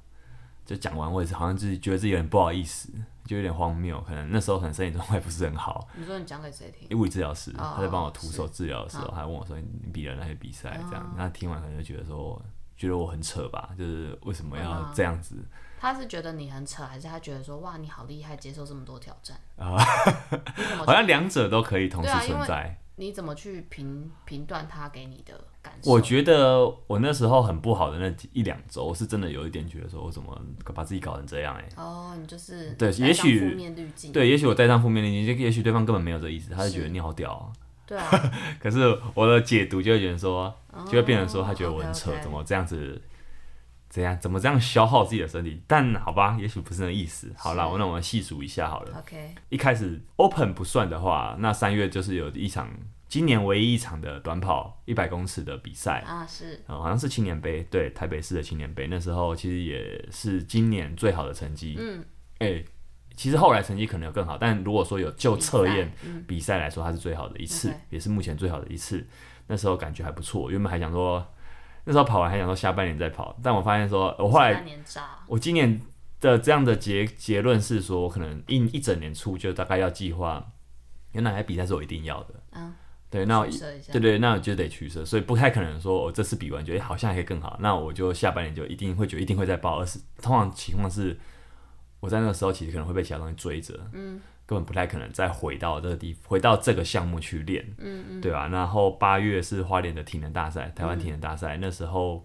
A: 就讲完我也是好像自己觉得自己有点不好意思，就有点荒谬，可能那时候可能身体状况也不是很好。
B: 你说你讲给谁听？
A: 物理治疗师，
B: 哦
A: 他在帮我徒手治疗的时候，还问我说：“你比了哪些比赛？”这
B: 哦
A: 样，那听完可能就觉得说，觉得我很扯吧，就是为什么
B: 嗯
A: 要这样子？
B: 他是觉得你很扯，还是他觉得说哇你好厉害，接受这么多挑战
A: 啊
B: 你怎么
A: 好像两者都可以同时
B: 对啊因为
A: 存在。
B: 你怎么去评评断他给你的感受？
A: 我觉得我那时候很不好的那几一两周，我是真的有一点觉得说，我怎么把自己搞成这样、欸？
B: 哦，你就是
A: 对
B: 带
A: 也
B: 上
A: 许
B: 负面滤镜，
A: 对，也许我带上负面的情绪，也许对方根本没有这意思，他就觉得
B: 是
A: 你好屌啊、
B: 对啊，
A: 可是我的解读就会觉得说，就会变成说他觉得我很扯，
B: 哦 OK，OK
A: 怎么这样子怎样怎么这样消耗自己的身体。但好吧，也许不是那个意思。好啦，
B: 是
A: 我那我们细数一下好了。
B: OK，
A: 一开始 Open 不算的话，那三月就是有一场今年唯一一场的短跑一百公尺的比赛。
B: 啊是
A: 呃，好像是青年杯，对，台北市的青年杯，那时候其实也是今年最好的成绩。嗯，哎、其实后来成绩可能有更好，但如果说有就测验
B: 比赛嗯
A: 比赛来说，它是最好的一次
B: OK
A: 也是目前最好的一次。那时候感觉还不错，原本还想说那时候跑完还想说下半年再跑，但我发现说我后来
B: 那年渣
A: 我今年的这样的结结论是说，我可能一一整年初就大概要计划，有哪些比赛是我一定要的。
B: 嗯，
A: 对，那我
B: 取舍一下
A: 对对，那我就得取舍，所以不太可能说哦我、这次比完觉得、诶好像还可以更好，那我就下半年就一定会觉得一定会再报，而是通常情况是我在那个时候其实可能会被其他东西追着，嗯，根本不太可能再回到这个地回到这个项目去练，嗯嗯，对吧、然后八月是花莲的体能大赛，台湾体能大赛、那时候，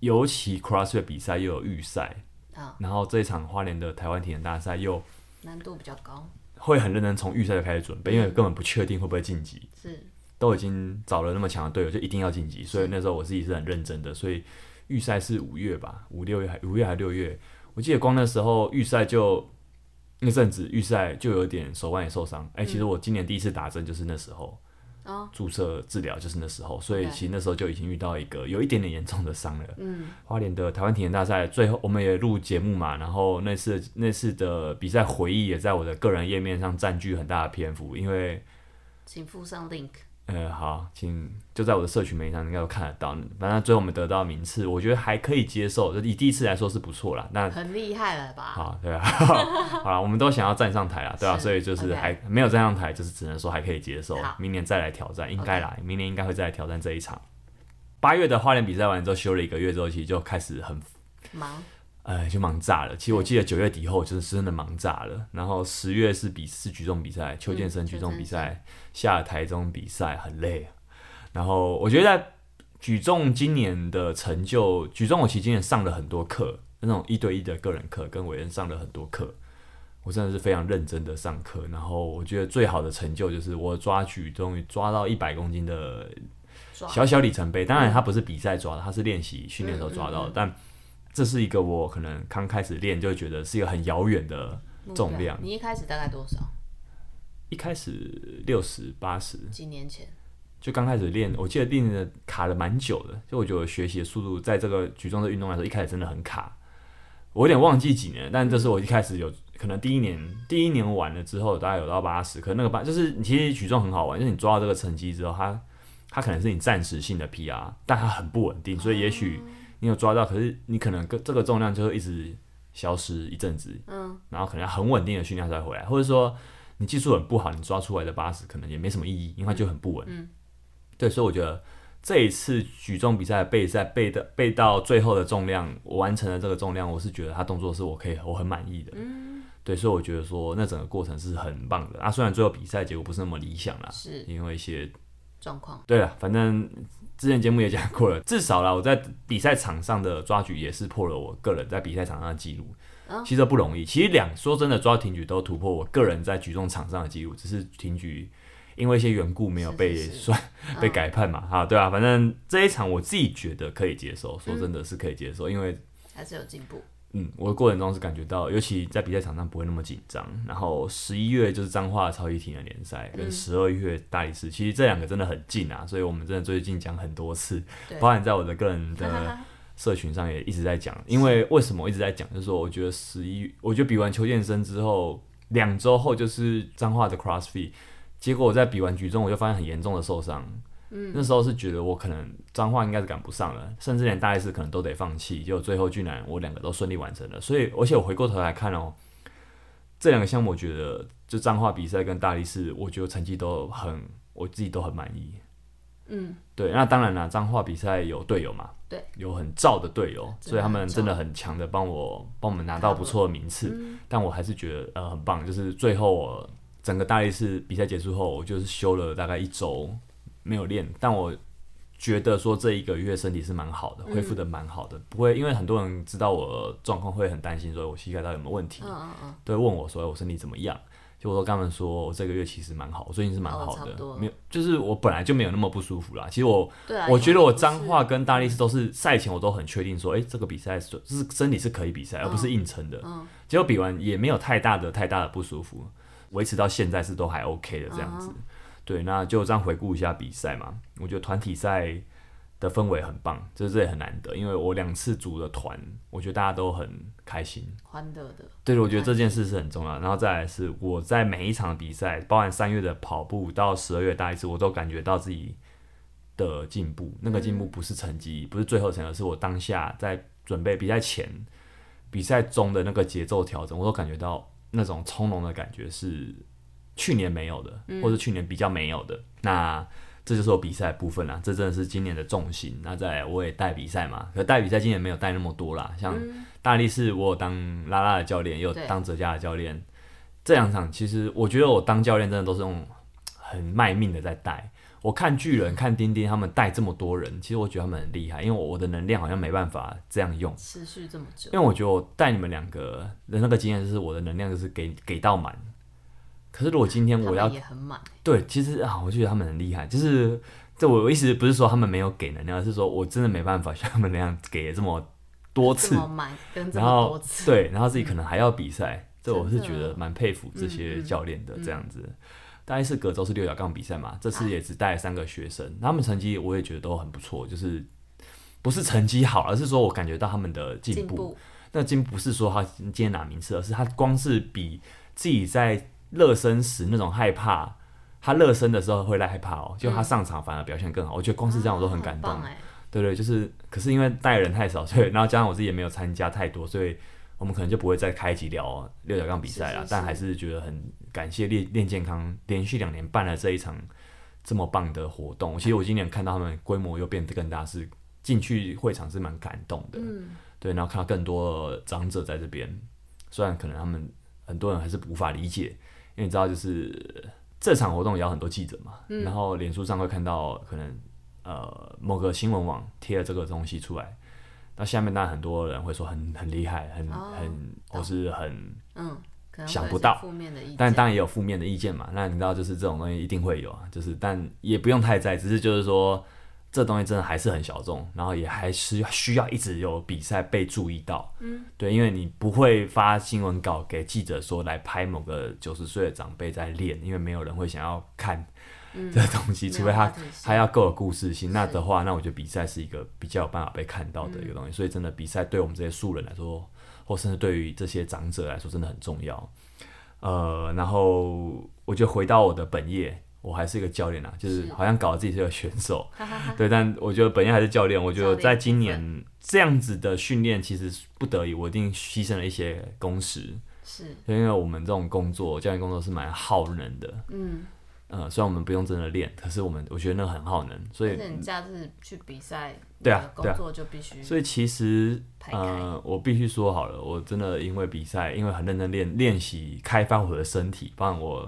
A: 尤其 CrossFit 比赛又有预赛，
B: 啊
A: 然后这一场花莲的台湾体能大赛又
B: 难度比较高
A: 会很认真从预赛就开始准备，因为根本不确定会不会晋级。
B: 是
A: 都已经找了那么强的队友，就一定要晋级。所以那时候我自己是很认真的。所以预赛是五月吧，五六月还五月还六月，我记得光那时候预赛就那阵子预赛就有点手腕也受伤。哎、其实我今年第一次打针就是那时候，
B: 哦
A: 注射治疗就是那时候，所以
B: OK
A: 其实那时候就已经遇到一个有一点点严重的伤了。嗯，花莲的台湾体验大赛最后我们也录节目嘛，然后那次那次的比赛回忆也在我的个人页面上占据很大的篇幅，因为。
B: 请附上 link
A: 呃，好，请就在我的社群媒体上应该都看得到。反正最后我们得到名次，我觉得还可以接受，就以第一次来说是不错啦。 那
B: 很厉害了吧？
A: 好，对啊， 好啦，我们都想要站上台啦，对啊，
B: 是
A: 所以就是
B: OK
A: 还没有站上台，就是只能说还可以接受
B: 好。
A: 明年再来挑战，应该啦明年应该会再来挑战这一场。八月的花莲比赛完之后，休了一个月之后，其实就开始很
B: 忙
A: 呃，就忙炸了。其实我记得九月底后就是真的忙炸了，然后十月是比是举重比赛，嗯邱健生举重比赛，下台中比赛很累。啊然后我觉得在举重今年的成就，举重我其实今年上了很多课，那种一对一的个人课，跟伟恩上了很多课。我真的是非常认真的上课，然后我觉得最好的成就就是我抓举终于抓到一百公斤的
B: 抓
A: 小小里程碑。当然，它不是比赛抓的，它是练习训练的时候抓到的。但这是一个我可能刚开始练就觉得是一个很遥远的
B: 目标
A: 重量。
B: 你一开始大概多少？
A: 一开始六十八十，
B: 几年前
A: 就刚开始练，我记得练的卡了蛮久的。就我觉得我学习的速度，在这个举重的运动来说，一开始真的很卡。我有点忘记几年了，但这是我一开始有可能第一年，第一年完了之后，大概有到八十，可那个八就是你其实举重很好玩，就是你抓到这个成绩之后，它它可能是你暂时性的 PR，但它很不稳定，所以也许你有抓到，可是你可能跟这个重量就会一直消失一阵子，嗯，然后可能要很稳定的训练才回来，或者说你技术很不好，你抓出来的八十可能也没什么意义，因为它就很不稳，对，所以我觉得这一次举重比赛的备赛备的备到最后的重量，我完成了这个重量，我是觉得他动作是我可以我很满意的。对，所以我觉得说那整个过程是很棒的啊。虽然最后比赛结果不是那么理想啦，
B: 是
A: 因为一些
B: 状况
A: 对了，反正之前节目也讲过了，至少啦，我在比赛场上的抓举也是破了我个人在比赛场上的记录。
B: 哦
A: 其实这不容易，其实两说真的抓挺举都突破我个人在举重场上的记录，只是挺举因为一些缘故没有被
B: 是是嗯是
A: 算 被改判嘛，哈、对啊，反正这一场我自己觉得可以接受，
B: 嗯
A: 说真的是可以接受，因为
B: 还是有进步，
A: 嗯，我的过程中是感觉到，尤其在比赛场上不会那么紧张。然后十一月就是彰化超级体能联赛，跟十二月大理石，其实这两个真的很近啊，所以我们真的最近讲很多次，
B: 对 啊
A: 包含在我的个人的社群上也一直在讲。因为为什么我一直在讲，就是说我觉得十一，我觉得比完邱健生之后，两周后就是彰化的 CrossFit，结果我在比完举重，我就发现很严重的受伤。
B: 嗯
A: 那时候是觉得我可能彰化应该是赶不上了，甚至连大力士可能都得放弃，结果最后居然我两个都顺利完成了。所以，而且我回过头来看哦，这两个项目我觉得就彰化比赛跟大力士，我觉得成绩都很，我自己都很满意。
B: 嗯，
A: 对，那当然啦，彰化比赛有队友嘛，
B: 对，
A: 有很燥的队友，
B: 真的
A: 所以他们
B: 很燥
A: 真的很强的帮我帮我们拿到不错的名次，
B: 嗯
A: 嗯但我还是觉得呃很棒，就是最后我整个大力士比赛结束后，我就是休了大概一周没有练，但我觉得说这一个月身体是蛮好的，
B: 嗯
A: 恢复的蛮好的，不会因为很多人知道我状况会很担心，说我膝盖到底有没有问题，哎
B: 嗯嗯嗯，
A: 对，问我说我身体怎么样。就我都跟他们说，我这个月其实蛮好，我最近是蛮
B: 哦
A: 好
B: 差不
A: 的，
B: 多
A: 没有，就是我本来就没有那么不舒服啦。其实我
B: 对啊，
A: 我觉得我
B: 脏
A: 脏话跟大力士都是赛前我都很确定说，哎、这个比赛是是身体是可以比赛，而不是硬撑的。
B: 嗯
A: 结果比完也没有太大的太大的不舒服，维持到现在是都还 OK 的这样
B: 嗯
A: 子。对，那就这样回顾一下比赛嘛，我觉得团体赛的氛围很棒，这这也很难得，因为我两次组的团，我觉得大家都很开心。
B: 欢乐的，
A: 对，我觉得这件事是很重要。然后再来是我在每一场比赛，包含三月的跑步到十二月大一次，我都感觉到自己的进步。那个进步不是成绩，不是最后成绩，而是我当下在准备比赛前、比赛中的那个节奏调整，我都感觉到那种从容的感觉是去年没有的，或是去年比较没有的。那这就是我比赛的部分啦，这真的是今年的重心。那在我也带比赛嘛，可带比赛今年没有带那么多啦，像大力士我有当拉拉的教练，也有
B: 对
A: 当哲家的教练。这两场其实我觉得我当教练真的都是用很卖命的在带。我看巨人、看丁丁他们带这么多人，其实我觉得他们很厉害，因为我的能量好像没办法这样用。
B: 持续这么久，
A: 因为我觉得我带你们两个的那个经验，就是我的能量就是给给到满。可是如果今天
B: 他
A: 我要
B: 们也很满，
A: 对，其实啊，我就觉得他们很厉害，就是这我我意思不是说他们没有给能量，而是说我真的没办法像他们那样给这么多次
B: 这，么满跟这
A: 然
B: 么
A: 后
B: 多次，
A: 对，然后自己可能还要比赛，这我是
B: 真的嗯
A: 觉得蛮佩服这些教练的这样子。大概是隔周是六角杠比赛嘛，这
B: 啊
A: 次也只带三个学生，他们成绩我也觉得都很不错，就是不是成绩好，而是说我感觉到他们的
B: 进
A: 进步。那今不是说他今天拿名次，而是他光是比自己在热身时那种害怕，他热身的时候会来害怕哦，就他上场反而表现更好。我觉得光是这样我都很感动。
B: 嗯啊好棒哎，
A: 对对，就是，可是因为带人太少，所以然后加上我自己也没有参加太多，所以我们可能就不会再开集聊六角杠比赛了。
B: 是是是
A: 但还是觉得很感谢练练健康连续两年办了这一场这么棒的活动。其实我今年看到他们规模又变得更大，是进去会场是蛮感动的。
B: 嗯，
A: 对，然后看到更多长者在这边，虽然可能他们很多人还是无法理解，因为你知道，就是呃这场活动也有很多记者嘛，然后脸书上会看到可能呃某个新闻网贴了这个东西出来，那下面当然很多人会说很很厉害，很、
B: 哦
A: 很或是很，
B: 嗯，可能会
A: 想
B: 有
A: 不
B: 一些
A: 到
B: 负面的意见，
A: 但当然也有负面的意见嘛。那你知道，就是这种东西一定会有啊，就是但也不用太在意，只是就是说。这东西真的还是很小众，然后也还是需要一直有比赛被注意到，
B: 嗯
A: 对，因为你不会发新闻稿给记者说来拍某个九十岁的长辈在练，因为没有人会想要看这东西，
B: 嗯没有
A: 除非他
B: 话题性
A: 他要够有故事性。那的话，那我觉得比赛是一个比较有办法被看到
B: 嗯
A: 的一个东西，所以真的比赛对我们这些素人来说，或甚至对于这些长者来说，真的很重要。呃，然后我就回到我的本业，我还是一个教练啊，就是
B: 是
A: 好像搞得自己是个选手，
B: 哈哈哈，
A: 对，但我觉得本业还是教练，我觉
B: 教
A: 得
B: 练
A: 在
B: 部
A: 今
B: 分
A: 年这样子的训练，其实不得已，我一定牺牲了一些工时，
B: 是，
A: 因为我们这种工作，教练工作是蛮耗能的。
B: 嗯，
A: 呃，虽然我们不用真的练，可是我们我觉得那个很耗能，所
B: 而
A: 以
B: 且你假日去比赛，
A: 对啊
B: 你的
A: 对
B: 工
A: 啊
B: 作就必须
A: 所以其实
B: 排开
A: 呃，我必须说好了，我真的因为比赛，因为很认真练练习，开发我的身体，不然我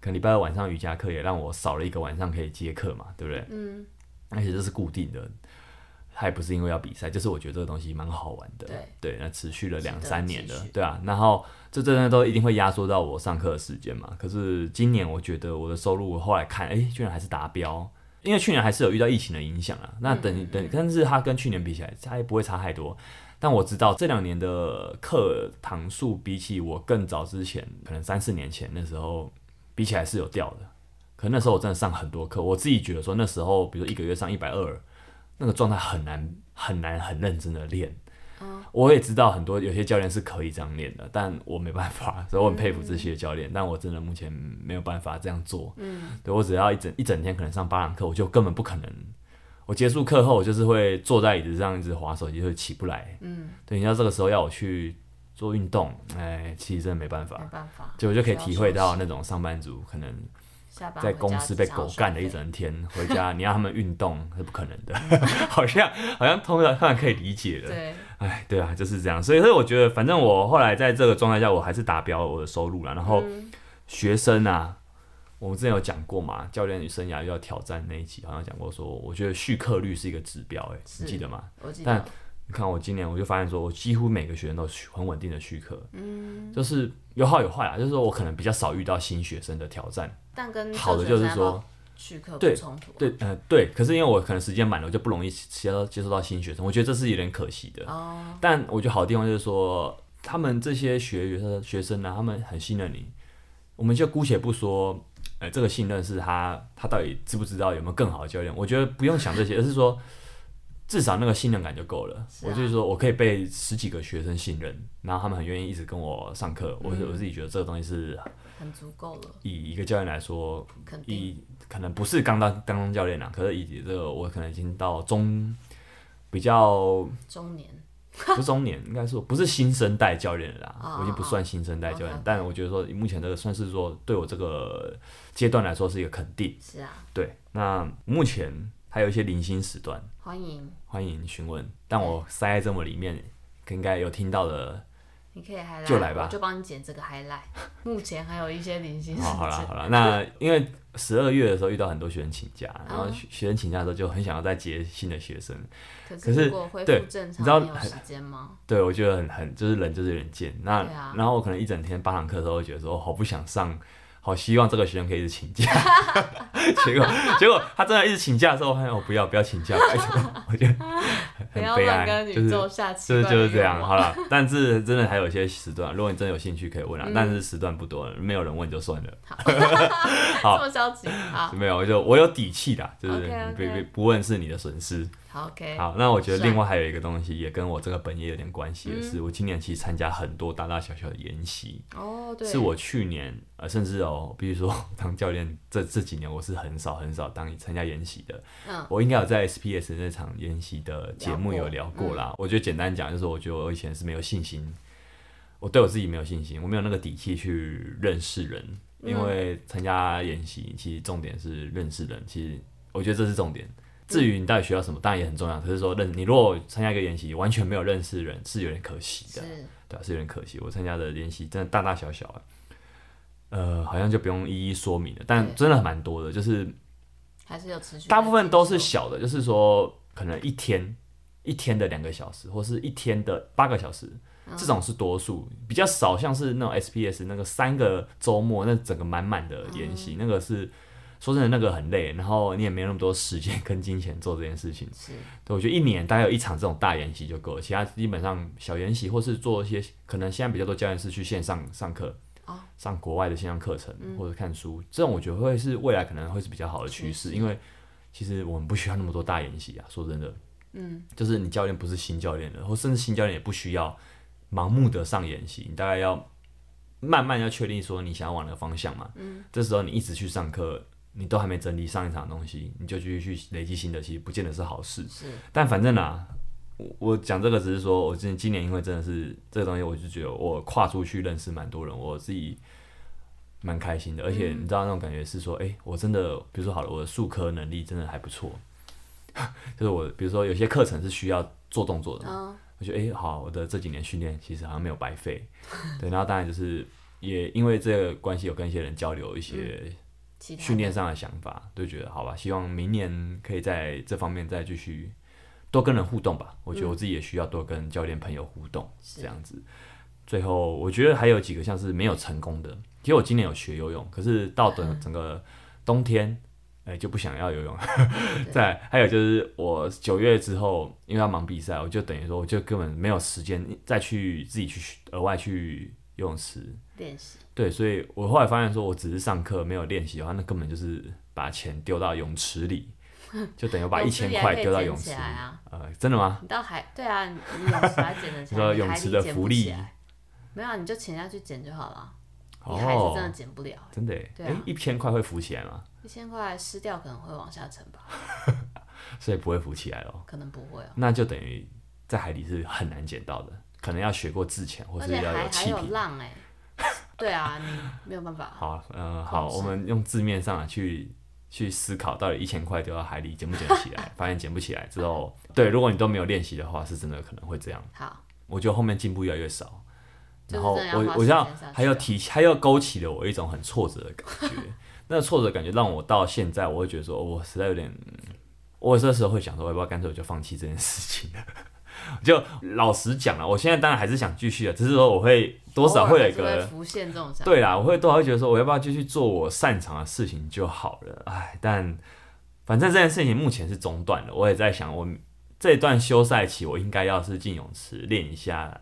A: 可能礼拜二晚上瑜伽课也让我少了一个晚上可以接课嘛，对不对？
B: 嗯，
A: 而且这是固定的，它也不是因为要比赛，就是我觉得这个东西蛮好玩的。
B: 对
A: 那持续了两
B: 值得
A: 三年
B: 继
A: 的
B: 续，
A: 对啊。然后这真的都一定会压缩到我上课的时间嘛。可是今年我觉得我的收入，我后来看，哎、居然还是达标。因为去年还是有遇到疫情的影响啊，那等
B: 嗯
A: 等，但是它跟去年比起来，它也不会差太多。但我知道这两年的课堂数比起我更早之前，可能三四年前那时候比起来是有掉的。可那时候我真的上很多课，我自己觉得说那时候，比如说一个月上一百二，那个状态很难很难很认真的练。我也知道很多有些教练是可以这样练的，但我没办法， 所以我很佩服这些教练，但我真的目前没有办法这样做。嗯，对我只要一整一整天可能上八堂课，我就根本不可能。我结束课后，我就是会坐在椅子上一直划手机，就起不来。嗯，对，你要这个时候要我去做运动，哎，其实真的没办
B: 没
A: 法。
B: 办法，
A: 就我就可以体会到
B: 需
A: 那种上班族可能
B: 要休息下班
A: 在
B: 回
A: 公
B: 家
A: 司
B: 只
A: 被
B: 想要
A: 狗
B: 耍
A: 干了一
B: 废，
A: 整天，回家你让他们运动是不可能的， 好像好像通常通常可以理解的。
B: 对，
A: 哎，嗯对啊，就是这样。所以所以我觉得，反正我后来在这个状态下，我还是达标我的收入了。然后学生啊，我们之前有讲过嘛，教练与生涯要挑战那一集好像讲过说我觉得续课率是一个指标、哎，你
B: 是
A: 记得吗？
B: 我记
A: 但
B: 得
A: 你看我今年我就发现说，我几乎每个学生都续很稳定的续课，嗯，就是有好有坏啊，就是说我可能比较少遇到新学生的挑战，
B: 但跟
A: 好的就是说
B: 续课不
A: 对
B: 冲突。
A: 对，呃，对，可是因为我可能时间满了，我就不容易接到接触到新学生，我觉得这是有点可惜的。
B: 哦，
A: 但我觉得好的地方就是说，他们这些学员学生呢，他们很信任你。我们就姑且不说，呃，这个信任是他他到底知不知道有没有更好的教练，我觉得不用想这些，而是说至少那个信任感就够了。
B: 是啊
A: 我就是说我可以被十几个学生信任，然后他们很愿意一直跟我上课。我是我自己觉得这个东西是
B: 很足够了，
A: 以一个教练来说，
B: 肯定。
A: 以可能不是刚当刚当教练啦，可是以这个我可能已经到中比较
B: 中年
A: 不是中年，应该说不是新生代教练了啦，
B: 哦
A: 我已经不算新生代教练，
B: 哦
A: 但我觉得说目前这个算是说对我这个阶段来说是一个肯定。
B: 是啊，
A: 对，那目前还有一些零星时段，
B: 欢迎，
A: 欢迎询问，但我塞在这么里面，应该有听到的。
B: 你可以 highlight，
A: 就来吧
B: 我就帮你剪这个 highlight。目 前还有一些零星时
A: 好，好啦，
B: 间，
A: 好啦，那因为十二月的时候遇到很多学生请假，然后
B: 嗯
A: 学学生请假的时候就很想要再接新的学生，
B: 可
A: 可是
B: 如果恢
A: 对
B: 复正
A: 你知道
B: 常，你有时间吗？
A: 对，我觉得很很就是人就是有点贱。那、
B: 对啊
A: 然后我可能一整天八堂课都会觉得说，哦好不想上，好希望这个学生可以一直请 假。结果结果他真的一直请假的时候，我发现我哦不要不要请假，拜 托，我觉得
B: 不
A: 很
B: 要
A: 悲
B: 乱
A: 哀
B: 跟，
A: 就
B: 宇
A: 是
B: 宙下奇
A: 就是
B: 怪
A: 就
B: 的
A: 是这样。
B: 愿望
A: 好 了，但是真的还有一些时段，如果你真的有兴趣可以
B: 嗯
A: 问啊，但是时段不多，没有人问就算了，好
B: 这么消极，好，
A: 没有我就我有底气啦，就是
B: OK，OK
A: 你别别不问是你的损失。
B: 好，OK，
A: 好，那我觉得
B: 帅
A: 另外还有一个东西也跟我这个本业有点关系，也是我今年其实参加很多大大小小的研习，
B: 哦，对，
A: 是我去年呃，甚至哦，比如说当教练这这几年我是很少很少当参加研习的，
B: 嗯，
A: 我应该有在 SPS 那场研习的节目有聊
B: 聊过嗯
A: 过啦。我觉得简单讲就是，我觉得我以前是没有信心，我对我自己没有信心，我没有那个底气去认识人，
B: 嗯
A: 因为参加研习其实重点是认识人，其实我觉得这是重点。至于你到底学到什么，当然也很重要。可是说认你如果参加一个研习，完全没有认识人，是有点可惜的。
B: 是
A: 对啊，是有点可惜。我参加的联习真的大大小小、啊，呃，好像就不用一一说明了，但
B: 对
A: 真的蛮多的，就是
B: 还是有持续在进修，
A: 大部分都是小的，就是说可能一天一天的两个小时，或是一天的八个小时，这种是多数，比较少像是那种 SPS 那个三个周末那整个满满的研习，那个是。说真的，那个很累，然后你也没有那么多时间跟金钱做这件事情。
B: 是
A: 对，我觉得一年大概有一场这种大研习就够了，其他基本上小研习或是做一些可能现在比较多教练是去线上上课，
B: 哦
A: 上国外的线上课程、或者看书，这种我觉得会是未来可能会是比较好的趋势，因为其实我们不需要那么多大研习啊，说真的，嗯，就是你教练不是新教练了，或甚至新教练也不需要盲目的上研习，你大概要慢慢要确定说你想要往哪个方向嘛，嗯，这时候你一直去上课。你都还没整理上一场的东西，你就继续去累积新的，其实不见得是好事。
B: 是，
A: 但反正啦，我我讲这个只是说，我今今年因为真的是这个东西，我就觉得我跨出去认识蛮多人，我自己蛮开心的。而且你知道那种感觉是说，诶，我真的，比如说好了，我的数科能力真的还不错， 就是我比如说有些课程是需要做动作的，
B: 嗯，
A: 我觉得诶，好，我的这几年训练其实好像没有白费。对，然后当然就是也因为这个关系，有跟一些人交流一些。
B: 其他
A: 训练
B: 的
A: 上的想法，就觉得好吧，希望明年可以在这方面再继续多跟人互动吧。我觉得我自己也需要多跟教练朋友互动，
B: 嗯是
A: 这样子。最后，我觉得还有几个像是没有成功的，其实我今年有学游泳，可是到整整个冬天，哎、就不想要游泳。再来还有就是我九月之后，因为要忙比赛，我就等于说我就根本没有时间再去自己去额外去游泳池
B: 练习
A: 对，所以我后来发现说，我只是上课没有练习的话，那根本就是把钱丢到泳池里，就等于把一
B: 泳池
A: 千
B: 里还
A: 块
B: 可以
A: 丢到
B: 捡
A: 泳池。
B: 起来啊
A: 呃，真的吗？
B: 你到海对啊，你你泳池还捡得起
A: 你说
B: 来，你
A: 泳
B: 海
A: 池
B: 里
A: 的
B: 捡
A: 浮
B: 不
A: 力
B: 起来，没有啊，你就潜下去捡就好了，你还是
A: 哦
B: 真，的捡不了，
A: 真的耶，
B: 对
A: 哎、
B: 啊
A: 一千块会浮起来吗？
B: 一千块湿掉可能会往下沉吧，
A: 所以不会浮起来哦，
B: 可能不会哦，
A: 那就等于在海里是很难捡到的，可能要学过自潜，或
B: 而
A: 是
B: 且
A: 要
B: 还还
A: 气
B: 有
A: 瓶。
B: 浪哎，对啊，你没有办法，
A: 好，嗯、好，
B: 控制
A: 我们用字面上来去去思考，到底一千块丢到海里捡不捡得起来？发现捡不起来之后，对，如果你都没有练习的话，是真的可能会这样。
B: 好，
A: 我觉得后面进步越来越少。
B: 就是
A: 然后
B: 真的要
A: 我
B: 花
A: 我
B: 时
A: 知道
B: 间下去啊
A: 还有
B: 了
A: 提还有勾起了我一种很挫折的感 觉，那个挫折感觉让我到现哦在我会觉得说，我实在有点，我这时候会想说，我要不要干脆我就放弃这件事情了？ 就老实讲了，我现在当然还是想继续的，只是说我会多少
B: 偶尔
A: 会有一
B: 还是会
A: 个
B: 浮现这种想法。
A: 对啦，我会多少会觉得说，我要不要继续做我擅长的事情就好了？哎，但反正这件事情目前是中断了。我也在想，我这段休赛期我应该要是进泳池练一下。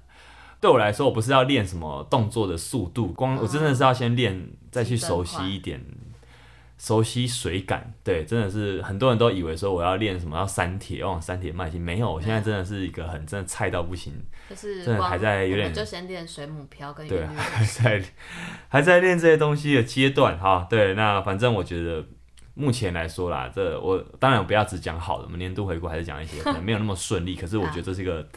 A: 对我来说，我不是要练什么动作的速度，光我真的是要先练，再去
B: 基本
A: 熟
B: 款
A: 悉一点，熟悉水感。对，真的是很多人都以为说我要练什么要删帖，要往删帖迈进，没有，我现在真的是一个很真的菜到不行，
B: 就是
A: 真的
B: 光
A: 还在有
B: 我
A: 点
B: 们就先练水母漂跟
A: 对，啊
B: 韵律舞。
A: 还在还在练这些东西的阶段哈。对，那反正我觉得目前来说啦，这我当然不要只讲好的，我们年度回顾还是讲一些可能没有那么顺 利，可是我觉得这是一个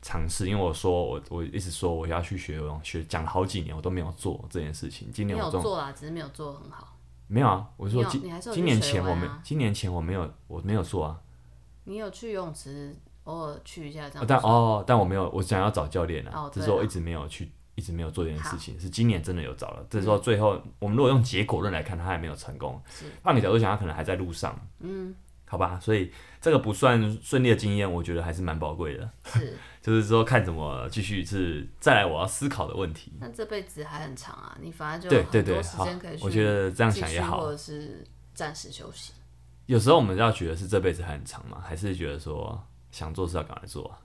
A: 尝试，因为我说我我一直说我要去学游泳，学讲了好几年我都没有做这件事情，今
B: 你
A: 年我
B: 有
A: 终
B: 做啦，只是没有做得很好。
A: 没有啊，我说
B: 你有
A: 今
B: 你还是有
A: 今
B: 去
A: 年
B: 水
A: 前我
B: 湾
A: 没
B: 啊
A: 今年前我没有我没有做啊，
B: 你有去游泳池偶尔去一下这样子。
A: 但哦，但我没有，我想要找教练啊，
B: 哦
A: 只是
B: 对啊
A: 我一直没有去，一直没有做这件事情。是今年真的有找了，只是
B: 嗯
A: 说最后、我们如果用结果论来看，他还没有成功。
B: 是
A: 换个角度想，他可能还在路上。
B: 嗯，
A: 好吧，所以这个不算顺利的经验，我觉得还是蛮宝贵的。
B: 是。
A: 就是说看怎么继续是再来我要思考的问题。
B: 那这辈子还很长啊，你反而就
A: 对
B: 很
A: 对对，
B: 多时
A: 好
B: 间可以，去
A: 我觉得这样想也
B: 继续
A: 好
B: 或。者是暂时休息。
A: 有时候我们要觉得是这辈子还很长嘛，还是觉得说想做事要赶快做啊、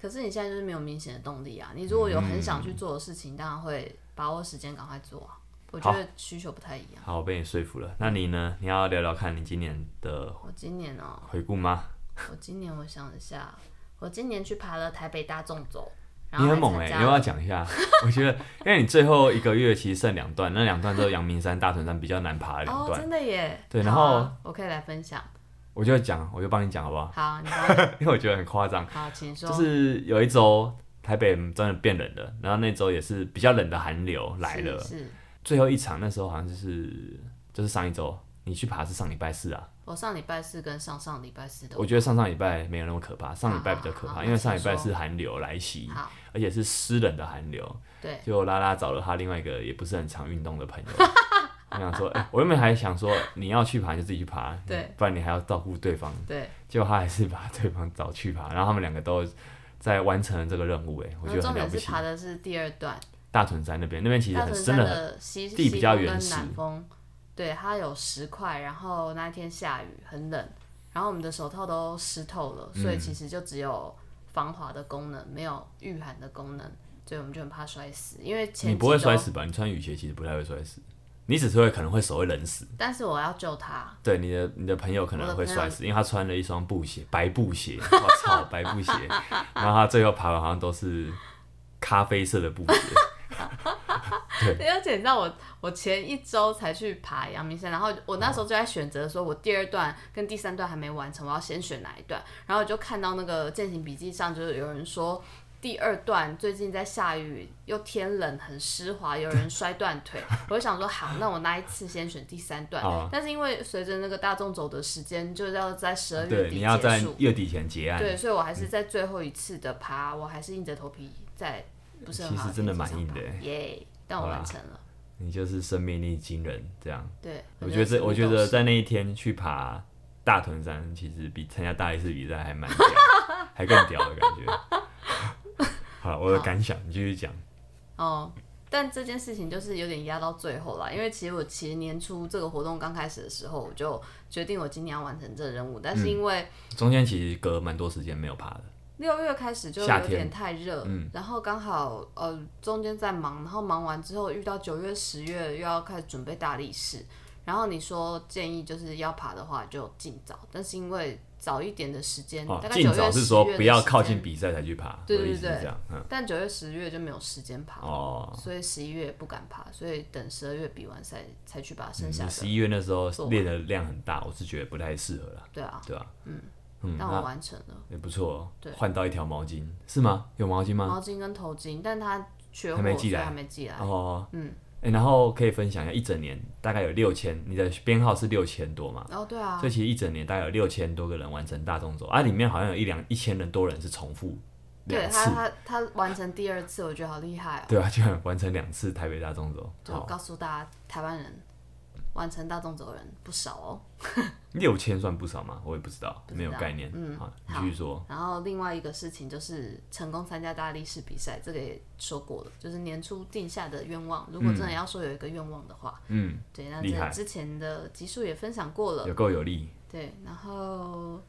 B: 可是你现在就是没有明显的动力啊！你如果有很想去
A: 嗯
B: 做的事情，当然会把握时间赶快做啊。我觉得需求不太一样。
A: 好，我被你说服了。那你呢？你要聊聊看你今年的
B: 我今年哦、
A: 回顾吗？
B: 我今年我想一下，我今年去爬了台北大众走，然后
A: 你
B: 还
A: 很猛哎、
B: 参
A: 你
B: 加
A: 要不要讲一下？ 我觉得，因为你最后一个月其实剩两段，那两段都是阳明山、大屯山比较难爬的两
B: 哦，
A: 段，
B: 真的耶！
A: 对然
B: 好啊我可以来分享。
A: 我就讲，我就帮你讲好不好？
B: 好，你帮我
A: 因为我觉得很夸张，
B: 好，请说。
A: 就是有一周台北真的变冷了，然后那周也是比较冷的寒流来了，
B: 是是
A: 最后一场那时候好像就是就是上一周。你去爬是上礼拜四啊，
B: 我上礼拜四跟上上礼拜四都
A: 我觉得上上礼拜没有那么可怕，上礼拜比较可
B: 好好
A: 怕，
B: 好
A: 因为上礼拜
B: 请说
A: 是寒流来袭，
B: 好，
A: 而且是湿冷的寒流，
B: 对，
A: 就拉拉找了他另外一个也不是很常运动的朋 友。我想说，哎、我原本还想说你要去爬你就自己去爬，
B: 对，
A: 不然你还要照顾对方。
B: 对，
A: 结果他还是把对方找去爬，然后他们两个都在完成了这个任务、哎，我觉
B: 然后
A: 得
B: 重
A: 很了
B: 点
A: 不
B: 是
A: 起。
B: 爬的是第二段，
A: 大屯山那边，那边其实
B: 大
A: 很
B: 屯
A: 真
B: 山
A: 的很，
B: 的西
A: 地比较
B: 西风
A: 原
B: 跟
A: 始
B: 南风，对，它有石块，然后那一天下雨很冷，然后我们的手套都湿透了，所
A: 嗯
B: 以其实就只有防滑的功能，没有御寒的功能，所以我们就很怕摔死。因为前
A: 你
B: 期
A: 不会
B: 都
A: 摔，死吧？你穿雨鞋其实不太会摔死，你只是会可能会手会冷死。
B: 但是我要救他，
A: 对，你的你的朋友可
B: 我
A: 能
B: 的
A: 会
B: 朋友
A: 摔死，因为他穿了一双布鞋，白布 鞋，我操，白布鞋，然后他最后爬完好像都是咖啡色的布鞋。
B: 而且你知道我，我前一周才去爬阳明山，然后我那时候就在选择说，我第二段跟第三段还没完成，我要先选哪一段。然后我就看到那个践行笔记上，就是有人说第二段最近在下雨，又天冷，很湿滑，有人摔断腿。我就想说，好，那我那一次先选第三段。
A: 好啊
B: 但是因为随着那个大众走的时间，就是要在十二月
A: 对，
B: 底
A: 你要
B: 结
A: 在嗯
B: 束，
A: 月底前结案。
B: 对，所以我还是在最后一次的爬，我还是硬着头皮在不是很
A: 其
B: 好
A: 实真的蛮硬的欸
B: 天气上爬耶，但我
A: 好啦
B: 完成了。
A: 你就是生命力惊人，这样。
B: 对，
A: 我觉得这，我觉
B: 很有
A: 得
B: 行动
A: 在那一天去爬大屯山，其实比参加大力士比赛还蛮 屌，还更屌的感觉。好了，我的感想，你继续讲。
B: 哦。但这件事情就是有点压到最后啦，因为其实我其实年初这个活动刚开始的时候，我就决定我今年要完成这个任务，但
A: 嗯
B: 是因为
A: 中间其实隔蛮多时间没有爬的，
B: 六月开始就
A: 夏
B: 有
A: 天嗯
B: 点太热，然后刚好呃中间在忙，然后忙完之后遇到九月、十月又要开始准备大力士，然后你说建议就是要爬的话就尽早，但是因为早一点的时间，
A: 哦
B: 大，概
A: 尽
B: 九月、
A: 早
B: 十
A: 是
B: 月
A: 说
B: 的
A: 不要
B: 时
A: 靠
B: 间
A: 近，比赛才去爬，
B: 对
A: 我的意
B: 对
A: 思是
B: 对
A: 这样。嗯，
B: 但九月、十月就没有时间爬了
A: 哦，
B: 所以十一月也不敢爬，所以等十二月比完赛才去把剩下
A: 你
B: 的。
A: 嗯十一月那时候
B: 做完
A: 练的量很大，我是觉得不太适合了，
B: 对啊，
A: 对吧、嗯嗯，
B: 但我
A: 那
B: 完成了、
A: 也不错哦
B: 对，
A: 换到一条毛巾是吗？有毛巾吗？
B: 毛巾跟头巾，但他缺货，
A: 还没寄
B: 所以
A: 来
B: 还没寄来。
A: 哦，嗯、然后可以分享一下一整年大概有六千，你的编号是六千多嘛？
B: 然后对啊
A: 所，以其实一整年大概有六千多个人完成大动作，啊，里面好像有一两一千人多人是重复
B: 对
A: 两
B: 他
A: 次，
B: 他他完成第二次，我觉得好厉害哦。
A: 对啊，居然完成两次台北大动作，
B: 就
A: 好，
B: 告诉大家，台湾人完成大动作的人不少哦。
A: 六千算不少吗？我也不知道，
B: 不知
A: 没
B: 道
A: 有概念。
B: 嗯
A: 好，你
B: 好
A: 继续说。
B: 然后另外一个事情就是成功参加大力士比赛，这个也说过了，就是年初定下的愿望。如果真的要说有一个愿望的话，
A: 嗯，
B: 对，那
A: 厉害
B: 这之前的集数也分享过了，
A: 有够有力。
B: 对，然后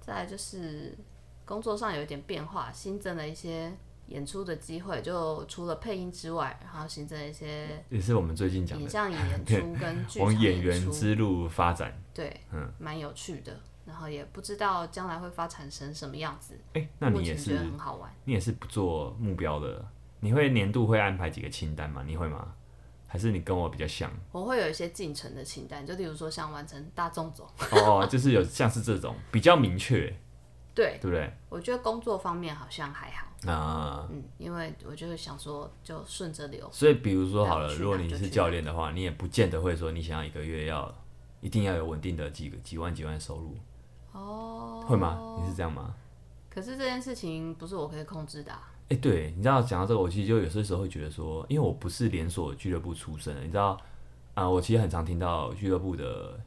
B: 再来就是工作上有一点变化，新增了一些演出的机会，就除了配音之外，然后新增了一些
A: 也是我们最近讲
B: 影
A: 的，
B: 像 演出跟剧
A: 往
B: 场
A: 演
B: 演
A: 员
B: 出，
A: 之路发展。
B: 对，
A: 嗯
B: 蛮有趣的。然后也不知道将来会发展成什么样子，
A: 哎、那
B: 目
A: 你也
B: 前觉得
A: 是，
B: 很好玩。
A: 你也是不做目标的，你会年度会安排几个清单吗？你会吗？还是你跟我比较像？
B: 我会有一些进程的清单，就例如说像完成大众走，
A: 哦，就是有像是这种比较明确，
B: 对
A: 对不对？
B: 我觉得工作方面好像还好，
A: 啊、
B: 嗯，因为我就会想说就顺着流，
A: 所以比如说好
B: 那我
A: 了，
B: 去
A: 如果
B: 哪
A: 你
B: 就是去
A: 教
B: 哪
A: 练的话，你也不见得会说你想要一个月要一定要有稳定的几个几万几万收入，
B: 哦，
A: 会吗？你是这样吗？
B: 可是这件事情不是我可以控制的啊、
A: 哎、对，你知道讲到这个，我其实就有些时候会觉得说，因为我不是连锁俱乐部出身的，你知道啊、我其实很常听到俱乐部的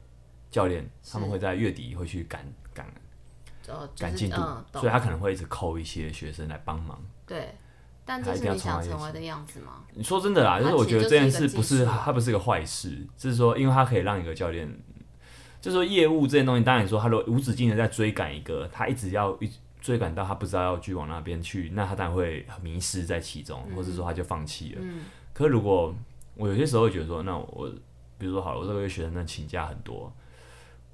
A: 教练他们
B: 是
A: 会在月底会去赶赶
B: 呃，就
A: 赶
B: 是
A: 进度，
B: 嗯，
A: 所以
B: 懂，
A: 他可能会一直扣一些学生来帮忙。
B: 对。但
A: 他
B: 这
A: 一
B: 是
A: 定要
B: 你想
A: 冲到
B: 成为的样子吗？
A: 你说真的啦，
B: 它
A: 就是我
B: 其
A: 觉
B: 实
A: 得这
B: 就
A: 件
B: 是一个
A: 事
B: 技
A: 不是
B: 术
A: 它不是个坏事，就是说，因为它可以让一个教练，就是说业务这件东西，当然你说他如果无止境的在追赶一个，他一直要一直追赶到他不知道要去往那边去，那他当然会很迷失在其中，
B: 嗯
A: 或者说他就放弃了。可是如果我有些时候会觉得说，那我比如说好了，我这个月学生呢请假很多，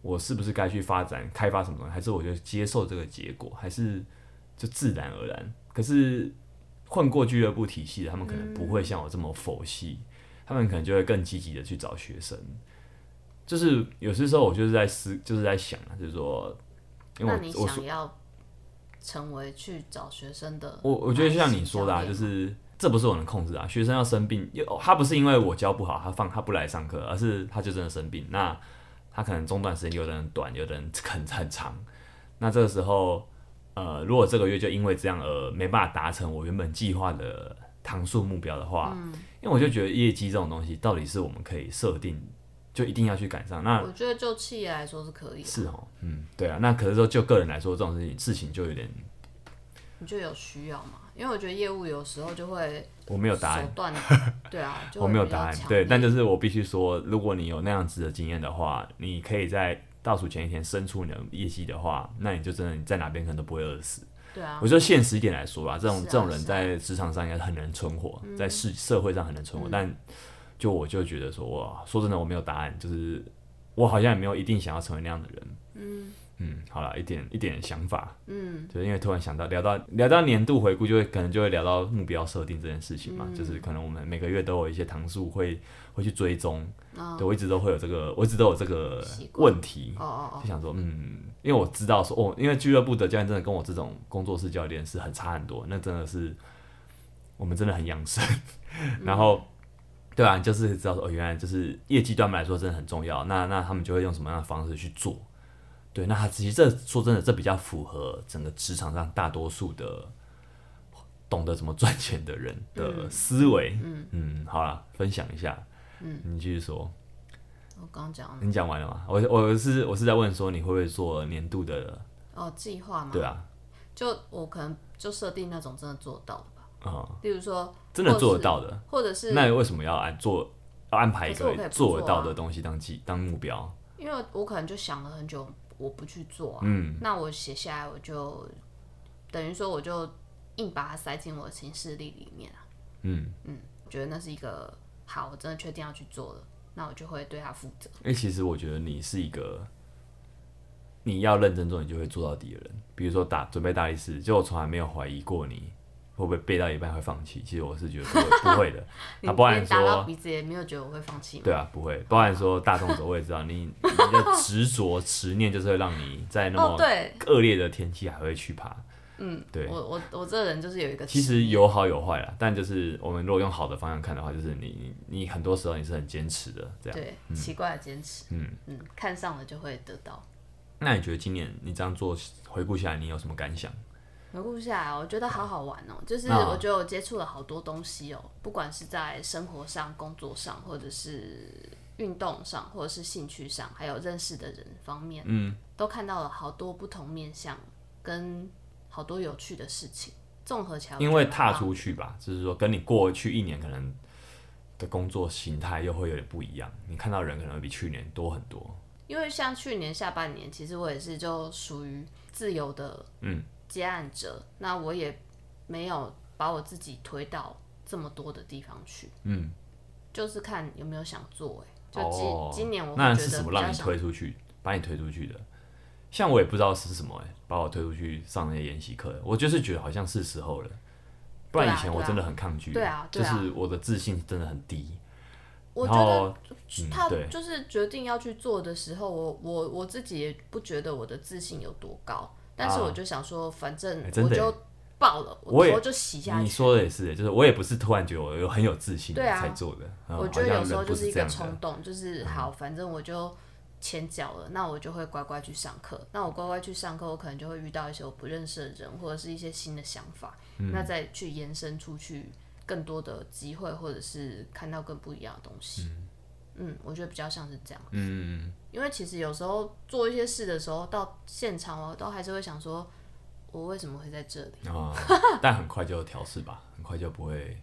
A: 我是不是该去发展开发什么东西？还是我就接受这个结果？还是就自然而然？可是混过俱乐部体系的，他们可能不会像我这么佛系，他们可能就会更积极的去找学生。就是有些时候我就是在思，就是在想啊，就是说，因为
B: 那
A: 我
B: 你
A: 我
B: 想要成为去找学生的
A: 我我觉得就像你说的、啊，
B: 哪一
A: 就
B: 些
A: 是这不是我能控制啊。学生要生病，又哦他不是因为我教不好，他放他不来上课，而是他就真的生病。那他可能中断时间，有的人短，有的人很很长。那这个时候，呃，如果这个月就因为这样而没办法达成我原本计划的堂数目标的话，因为我就觉得业绩这种东西到底是我们可以设定，就一定要去赶上。那
B: 我觉得就企业来说是可以的，
A: 是哦，嗯，对啊。那可是说就个人来说，这种事情事情就有点
B: 你就有需要嘛？因为我觉得业务有时候就会
A: 我没有答案
B: 手。 段，对啊，就
A: 我
B: 会
A: 没有
B: 比较
A: 答案，
B: 强
A: 对，
B: 烈
A: 但就是我必须说，如果你有那样子的经验的话，你可以在倒数前一天生出你的业绩的话，那你就真的你在哪边可能都不会饿死。
B: 对啊
A: 我，觉得现实一点来说吧，这种、
B: 是啊
A: 这种人
B: 是啊嗯
A: 在职场上应该很难存活，在社社会上很难存活。但就我就觉得说，哇，说真的，我没有答案，就是我好像也没有一定想要成为那样的人。嗯嗯，好了，一点一点想法，嗯，就是因为突然想到聊到聊到年度回顾，就会可能就会聊到目标设定这件事情嘛，
B: 嗯
A: 就是可能我们每个月都有一些堂数会会去追踪，对我一直都会有这个，我一直都有这个
B: 哦习惯
A: 问题，
B: 哦哦
A: 就想说，嗯，因为我知道说，哦，因为俱乐部的教练真的跟我这种工作室教练是很差很多，那真的是我们真的很养生。 然后，对啊，就是知道说，哦，原来就是业绩对他们来说真的很重要。那那他们就会用什么样的方式去做？对，那他其实这说真的，这比较符合整个职场上大多数的懂得怎么赚钱的人的思维。嗯好了，分享一下。嗯，你继续说。
B: 哦，我刚刚讲了
A: 你讲完了吗？我我是我是在问说你会不会做年度的？
B: 哦，计划嘛，
A: 对啊，
B: 就我可能就设定那种真的做到的吧，
A: 啊、
B: 例如说
A: 真的
B: 或
A: 做得
B: 是
A: 到的，
B: 或者是
A: 那为什么要按做要安排一
B: 可是我
A: 个
B: 可以不
A: 做得
B: 做啊
A: 到的东西当计当目标？
B: 因为我可能就想了很久，我不去做啊，
A: 嗯
B: 那我写下来，我就等于说我就硬把它塞进我的行事历里面啊。
A: 嗯，
B: 我觉得那是一个好，我真的确定要去做了，那我就会对它负责。
A: 因为其实我觉得你是一个你要认真做，你就会做到底的人。比如说打准备大力士，就我从来没有怀疑过你会不会背到一半会放弃。其实我是觉得不 会啊不会的，
B: 你
A: 那包含
B: 你打到
A: 说。
B: 鼻子也没有觉得我会放弃嘛。
A: 对啊，不会。包含说大动作，我也知道你，你的执着、执念，就是会让你在那么
B: 哦，对，
A: 恶劣的天气还会去爬。
B: 嗯，
A: 对
B: 我我我这人就是有一个
A: 其实有好有坏啦，但就是我们如果用好的方向看的话，就是你你你很多时候你是很坚持的这样。
B: 对奇怪的坚持，
A: 嗯
B: 嗯，看上了就会得到。
A: 那你觉得今年你这样做回顾下来，你有什么感想？
B: 回顾下来，我觉得好好玩哦、就是
A: 啊
B: 我觉得我接触了好多东西哦、不管是在生活上、工作上，或者是运动上，或者是兴趣上，还有认识的人方面，
A: 嗯，
B: 都看到了好多不同面向跟好多有趣的事情，综合起来我觉得
A: 因
B: 蛮棒的，
A: 为踏出去吧，就是说跟你过去一年可能的工作形态又会有点不一样，你看到人可能会比去年多很多。
B: 因为像去年下半年，其实我也是就属于自由的
A: 嗯
B: 接案者，那我也没有把我自己推到这么多的地方去，
A: 嗯，
B: 就是看有没有想做、欸。就今、
A: 哦，
B: 今年我会
A: 那
B: 觉
A: 是
B: 得
A: 什么
B: 比较
A: 让你
B: 想，
A: 推出去，把你推出去的？像我也不知道是什么、欸，把我推出去上那些研习课的，我就是觉得好像是时候了，不然
B: 对啊
A: 以前
B: 对
A: 我
B: 啊
A: 真的很抗拒，
B: 对啊对啊
A: 就是我的自信真的很低，
B: 我
A: 然
B: 觉得
A: 后嗯
B: 他
A: 对
B: 就是决定要去做的时候，我我我自己也不觉得我的自信有多高，但是
A: 啊
B: 我就想说，反正
A: 哎真
B: 我
A: 的
B: 就爆了，
A: 我也
B: 头就洗下
A: 你
B: 去。
A: 说的也是、欸，就是我也不是突然觉得我有很有自信
B: 对啊
A: 才做的，嗯
B: 我觉得
A: 好像
B: 有时候
A: 人
B: 就
A: 不
B: 是一
A: 这样
B: 个
A: 的嗯
B: 冲动，就是好，反正我就前脚了，那我就会乖乖去上课。那我乖乖去上课，我可能就会遇到一些我不认识的人，或者是一些新的想法，
A: 嗯
B: 那再去延伸出去更多的机会，或者是看到更不一样的东西。嗯，我觉得比较像是这样。
A: 嗯，
B: 因为其实有时候做一些事的时候，到现场我都还是会想说，我为什么会在这里？
A: 啊、 但很快就调试吧，很快就不会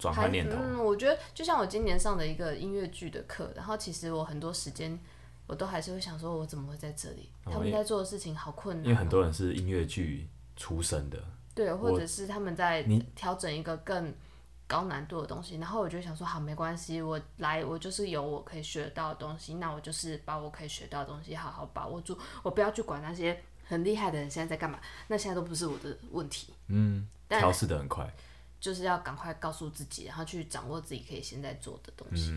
A: 转
B: 还
A: 换念头。
B: 嗯，我觉得就像我今年上的一个音乐剧的课，然后其实我很多时间我都还是会想说，我怎么会在这里？
A: 哦
B: 他们在做的事情好困难哦、
A: 因为很多人是音乐剧出身的，
B: 对，或
A: 我
B: 者是他们在
A: 你
B: 调整一个更高难度的东西，然后我就想说，好，没关系，我来，我就是有我可以学到的东西，那我就是把我可以学到的东西好好把握住，我不要去管那些很厉害的人现在在干嘛，那现在都不是我的问题，
A: 嗯，
B: 但
A: 调试的很快。
B: 就是要赶快告诉自己，然后去掌握自己可以现在做的东西。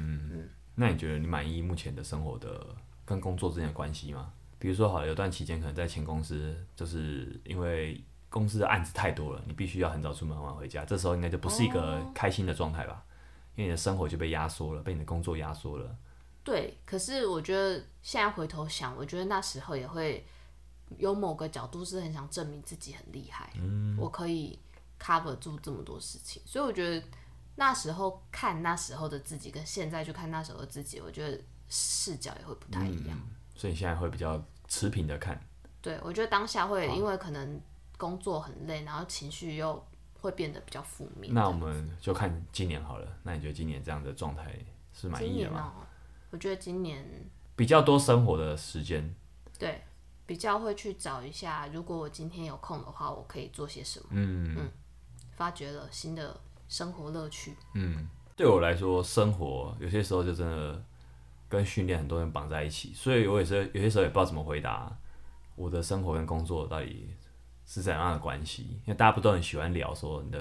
A: 那你觉得你满意目前的生活的跟工作之间的关系吗？比如说，好了，有段期间可能在前公司，就是因为公司的案子太多了，你必须要很早出门，很晚回家，这时候应该就不是一个
B: 哦
A: 开心的状态吧？因为你的生活就被压缩了，被你的工作压缩了。
B: 对，可是我觉得现在回头想，我觉得那时候也会有某个角度是很想证明自己很厉害，
A: 嗯
B: 我可以 cover 住这么多事情，所以我觉得那时候看那时候的自己，跟现在去看那时候的自己，我觉得视角也会不太一样。
A: 所以你现在会比较持平的看，
B: 对，我觉得当下会因为可能工作很累，然后情绪又会变得比较负面。
A: 那我们就看今年好了。那你觉得今年这样的状态是满
B: 今
A: 意的
B: 年
A: 吗？
B: 哦、我觉得今年
A: 比较多生活的时间，
B: 对，比较会去找一下，如果我今天有空的话，我可以做些什么。
A: 嗯
B: 发掘了新的生活乐趣。
A: 嗯，对我来说，生活有些时候就真的跟训练很多人绑在一起，所以我也是有些时候也不知道怎么回答我的生活跟工作到底是怎样的关系，因为大家不都很喜欢聊说你的，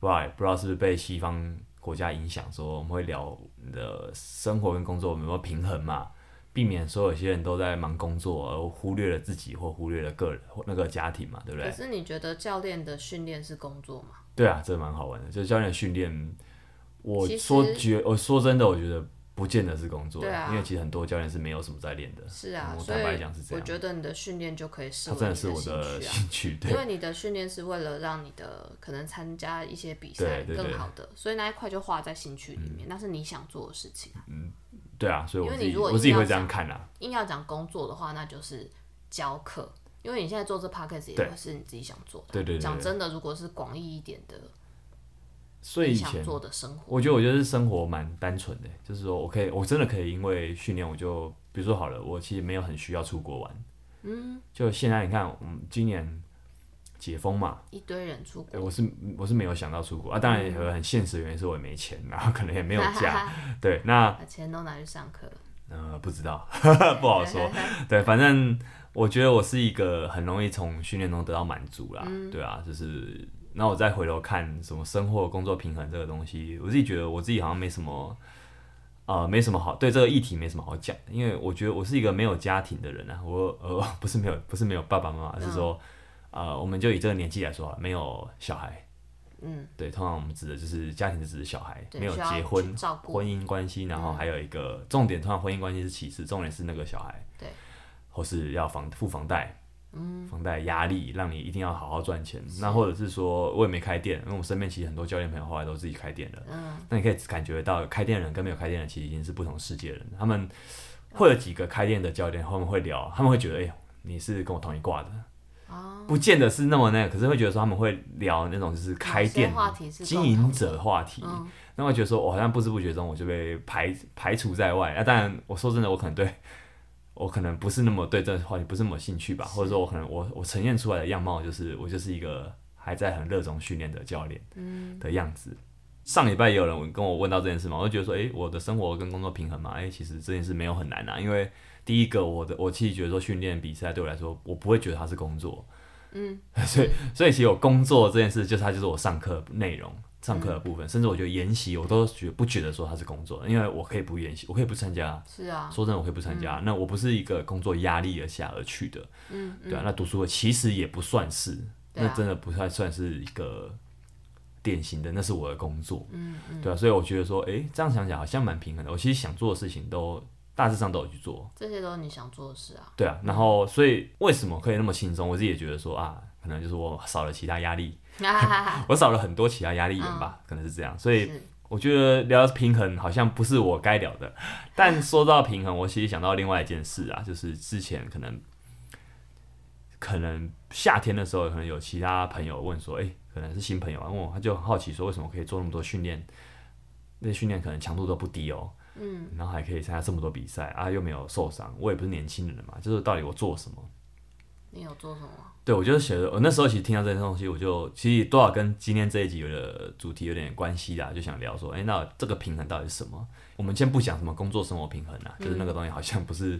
A: 不知道不知道是不是被西方国家影响，说我们会聊你的生活跟工作有没有平衡嘛，避免说有些人都在忙工作而忽略了自己或忽略了个人或那个家庭嘛，对不对
B: 可？是你觉得教练的训练是工作吗？
A: 对啊，这蛮好玩的。就是教练训练，我
B: 其实
A: 说觉，我说真的，我觉得不见得是工作，
B: 对啊
A: 因为其实很多教练是没有什么在练的。
B: 是啊，
A: 嗯我
B: 所
A: 坦白
B: 以
A: 讲是这
B: 我
A: 样，
B: 觉得你的训练就可以视
A: 他
B: 为
A: 真的
B: 你
A: 是我
B: 兴
A: 的
B: 趣啊。
A: 兴趣， 对
B: 因为你的训练是为了让你的可能参加一些比赛
A: 对对对嗯
B: 更好的，所以那一块就画在兴趣里面，那是你想做的事情啊。
A: 对啊，所以我
B: 因为
A: 自
B: 你
A: 己
B: 如果
A: 我自己
B: 硬要
A: 会这样看啦、
B: 硬要讲工作的话，那就是教课，因为你现在做这 p a c k a g e 也
A: 对
B: 会是你自己想做的。
A: 对对对
B: 讲
A: 对，
B: 真的，如果是广义一点的，
A: 所以
B: 你
A: 以
B: 想
A: 前
B: 做的生活，
A: 我觉得我就是生活蛮单纯的，就是说我可以，我真的可以因为训练，我就比如说好了，我其实没有很需要出国玩。嗯，就现在你看，我们今年解封嘛，
B: 一堆人出
A: 对哎
B: 国，
A: 我是我是没有想到出国啊，当然有很现实的原因是我也没钱，然后可能也没有假。对，那
B: 把钱都拿去上课，
A: 呃不知道， 不好
B: 嗯
A: 说。对，反正我觉得我是一个很容易从训练中得到满足啦，
B: 嗯
A: 对啊，就是那我再回头看什么生活工作平衡这个东西，我自己觉得我自己好像没什么。呃，没什么好对这个议题没什么好讲，因为我觉得我是一个没有家庭的人啊，我呃 不是没有不是没有爸爸妈妈，而
B: 嗯
A: 是说呃我们就以这个年纪来说好了，啊没有小孩，
B: 嗯，
A: 对，通常我们指的就是家庭是指的小孩，
B: 对，
A: 没有
B: 需要
A: 结
B: 去
A: 婚，
B: 照顾
A: 婚姻关系，然后还有一个、重点，通常婚姻关系是其次，重点是那个小孩，
B: 对，
A: 或是要房付房贷，
B: 嗯
A: 房贷压力让你一定要好好赚钱。那或者是说我也没开店，因为我身边其实很多教练朋友后来都自己开店了。
B: 嗯，
A: 那你可以感觉到开店的人跟没有开店的人其实已经是不同世界的人。他们会有几个开店的教练，他们会聊，他们会觉得哎、你是跟我同一挂的，
B: 哦，
A: 不见得是那么那个，可是会觉得说他们会聊那种就是开店
B: 有些话题是
A: 经
B: 共
A: 营
B: 同
A: 者话题，
B: 嗯
A: 那我觉得说我好像不知不觉中我就被排排除在外。那、啊、当然，我说真的，我可能对 我可能不是那么对这个话题不是那么有兴趣吧，或者说我可能我我呈现出来的样貌就是我就是一个还在很热衷训练的教练
B: 嗯
A: 的样子。上礼拜也有人跟我问到这件事嘛，我就觉得说，诶、我的生活跟工作平衡嘛，诶、其实这件事没有很难啊，因为第一个，我的我其实觉得说训练比赛对我来说，我不会觉得它是工作，嗯，所以所以其实我工作这件事，就是它就是我上课内容、上课的部分，甚至我觉得研习，我都觉不觉得说它是工作，因为我可以不研习，我可以不参加。
B: 是啊，
A: 说真的，我可以不参加。那我不是一个工作压力而下而去的，嗯，对啊。那读书会其实也不算是，
B: 对
A: 那
B: 啊
A: 真的不太算是一个典型的，那是我的工作，嗯，对啊。所以我觉得说，诶、这样想起来好像蛮平衡的。我其实想做的事情都大致上都有去做，
B: 这些都是你想做的事啊，
A: 对啊，然后所以为什么可以那么轻松？我自己也觉得说啊，可能就是我少了其他压力，
B: 啊
A: 我少了很多其他压力源吧，可能是这样。所以
B: 是
A: 我觉得聊平衡好像不是我该聊的，但说到平衡，我其实想到另外一件事啊，就是之前可能可能夏天的时候，可能有其他朋友问说，哎、可能是新朋友啊，问我他就很好奇说，为什么可以做那么多训练？那些训练可能强度都不低哦，嗯，然后还可以参加这么多比赛啊，又没有受伤，我也不是年轻人嘛，就是到底我做什么？
B: 你有做什么？
A: 对，我就是觉得，我那时候其实听到这些东西，我就其实多少跟今天这一集的主题有点关系啦，就想聊说，哎、那这个平衡到底是什么？我们先不讲什么工作生活平衡啦，就是那
B: 嗯
A: 个东西好像不是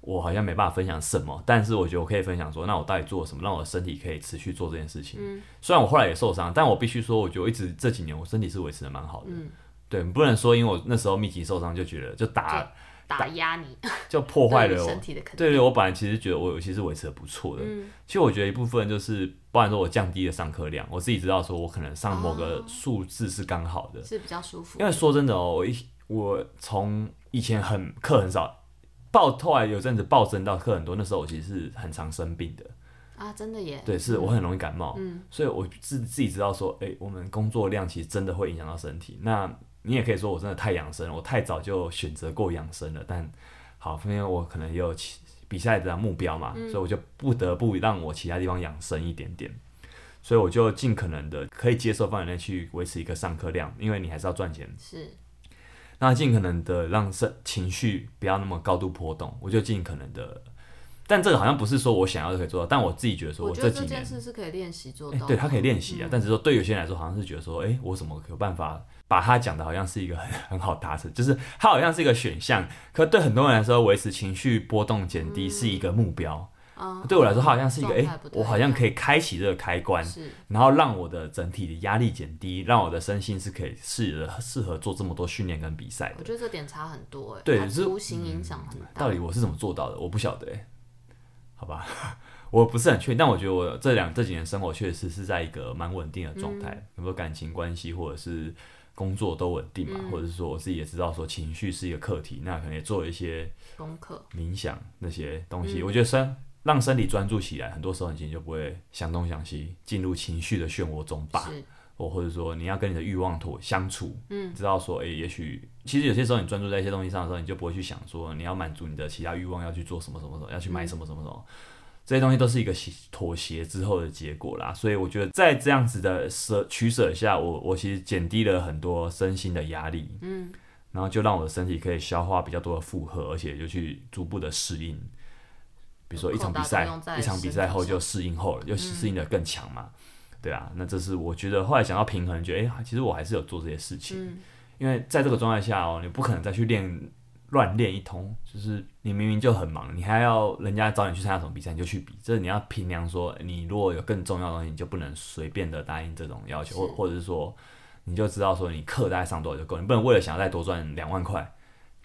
A: 我好像没办法分享什么，但是我觉得我可以分享说，那我到底做了什么，让我的身体可以持续做这件事情。
B: 嗯
A: 虽然我后来也受伤，但我必须说，我觉得我一直这几年我身体是维持的蛮好的。
B: 嗯
A: 对，不能说因为我那时候密集受伤就觉得就打
B: 打压你，
A: 就破坏
B: 对你
A: 了我
B: 身体的肯定。
A: 对对，我本来其实觉得我其实维持的不错的。其实我觉得一部分就是，包含说我降低了上课量，我自己知道说我可能上某个数字是刚好的。
B: 是比较舒服
A: 因。为说真的哦，我一我从以前很课很少，暴后来有阵子暴增到课很多，那时候我其实是很常生病的。
B: 啊，真的耶。
A: 对，是我很容易感冒，
B: 嗯
A: 所以我自自己知道说，哎、我们工作量其实真的会影响到身体。那你也可以说我真的太养生了，我太早就选择过养生了，但好，因为我可能也有其比赛的目标嘛，
B: 嗯
A: 所以我就不得不让我其他地方养生一点点。所以我就尽可能的可以接受范围内去维持一个上课量，因为你还是要赚钱，
B: 是，
A: 那尽可能的让身情绪不要那么高度波动，我就尽可能的。但这个好像不是说我想要就可以做到，但我自己觉得说，
B: 我
A: 这
B: 觉得
A: 几
B: 这
A: 年
B: 件事是可以练习做
A: 欸
B: 到的。嗯
A: 对他可以练习啊，但是说对有些人来说，好像是觉得说，哎、我怎么有办法把它讲的好像是一个很很好达成，就是它好像是一个选项，可对很多人来说，维持情绪波动减低是一
B: 嗯
A: 个目标。
B: 啊，
A: 对我来说，它好像是一个，哎、
B: 状态不太
A: 我好像可以开启这个开关，
B: 是
A: 然后让我的整体的压力减低，让我的身心是可以适适合做这么多训练跟比赛
B: 我
A: 的。
B: 觉得这点差很多哎，
A: 对
B: 它
A: 就是
B: 无形影响很大。
A: 到底我是怎么做到的？我不晓得、欸，好吧，我不是很确定，但我觉得我这两这几年生活确实是在一个蛮稳定的状态，有没有感情关系或者是工作都稳定嘛，或者是说我自己也知道说情绪是一个课题，那可能也做了一些
B: 功课
A: 冥想那些东西，我觉得身让身体专注起来，很多时候你其实就不会想东想西，进入情绪的漩涡中吧。
B: 是
A: 或或者说你要跟你的欲望妥相处，嗯，知道说，诶、也许其实有些时候你专注在一些东西上的时候，你就不会去想说你要满足你的其他欲望，要去做什么什么什么，要去买什么什么什
B: 嗯
A: 么，这些东西都是一个协妥协之后的结果啦。所以我觉得在这样子的舍取舍下，我我其实减低了很多身心的压力，嗯，然后就让我的身体可以消化比较多的负荷，而且就去逐步的适应。比如说一场比赛
B: 扩大作用在，
A: 一场比赛后就适应后了，又适应的更强嘛。
B: 嗯
A: 对啊，那这是我觉得后来想到平衡，觉得哎、其实我还是有做这些事情，
B: 嗯
A: 因为在这个状态下哦，你不可能再去练乱练一通，就是你明明就很忙，你还要人家找你去参加什么比赛你就去比，这你要衡量说，你如果有更重要的东西，你就不能随便的答应这种要求，或或者是说，你就知道说你课大概上多少就够，你不能为了想要再多赚两万块，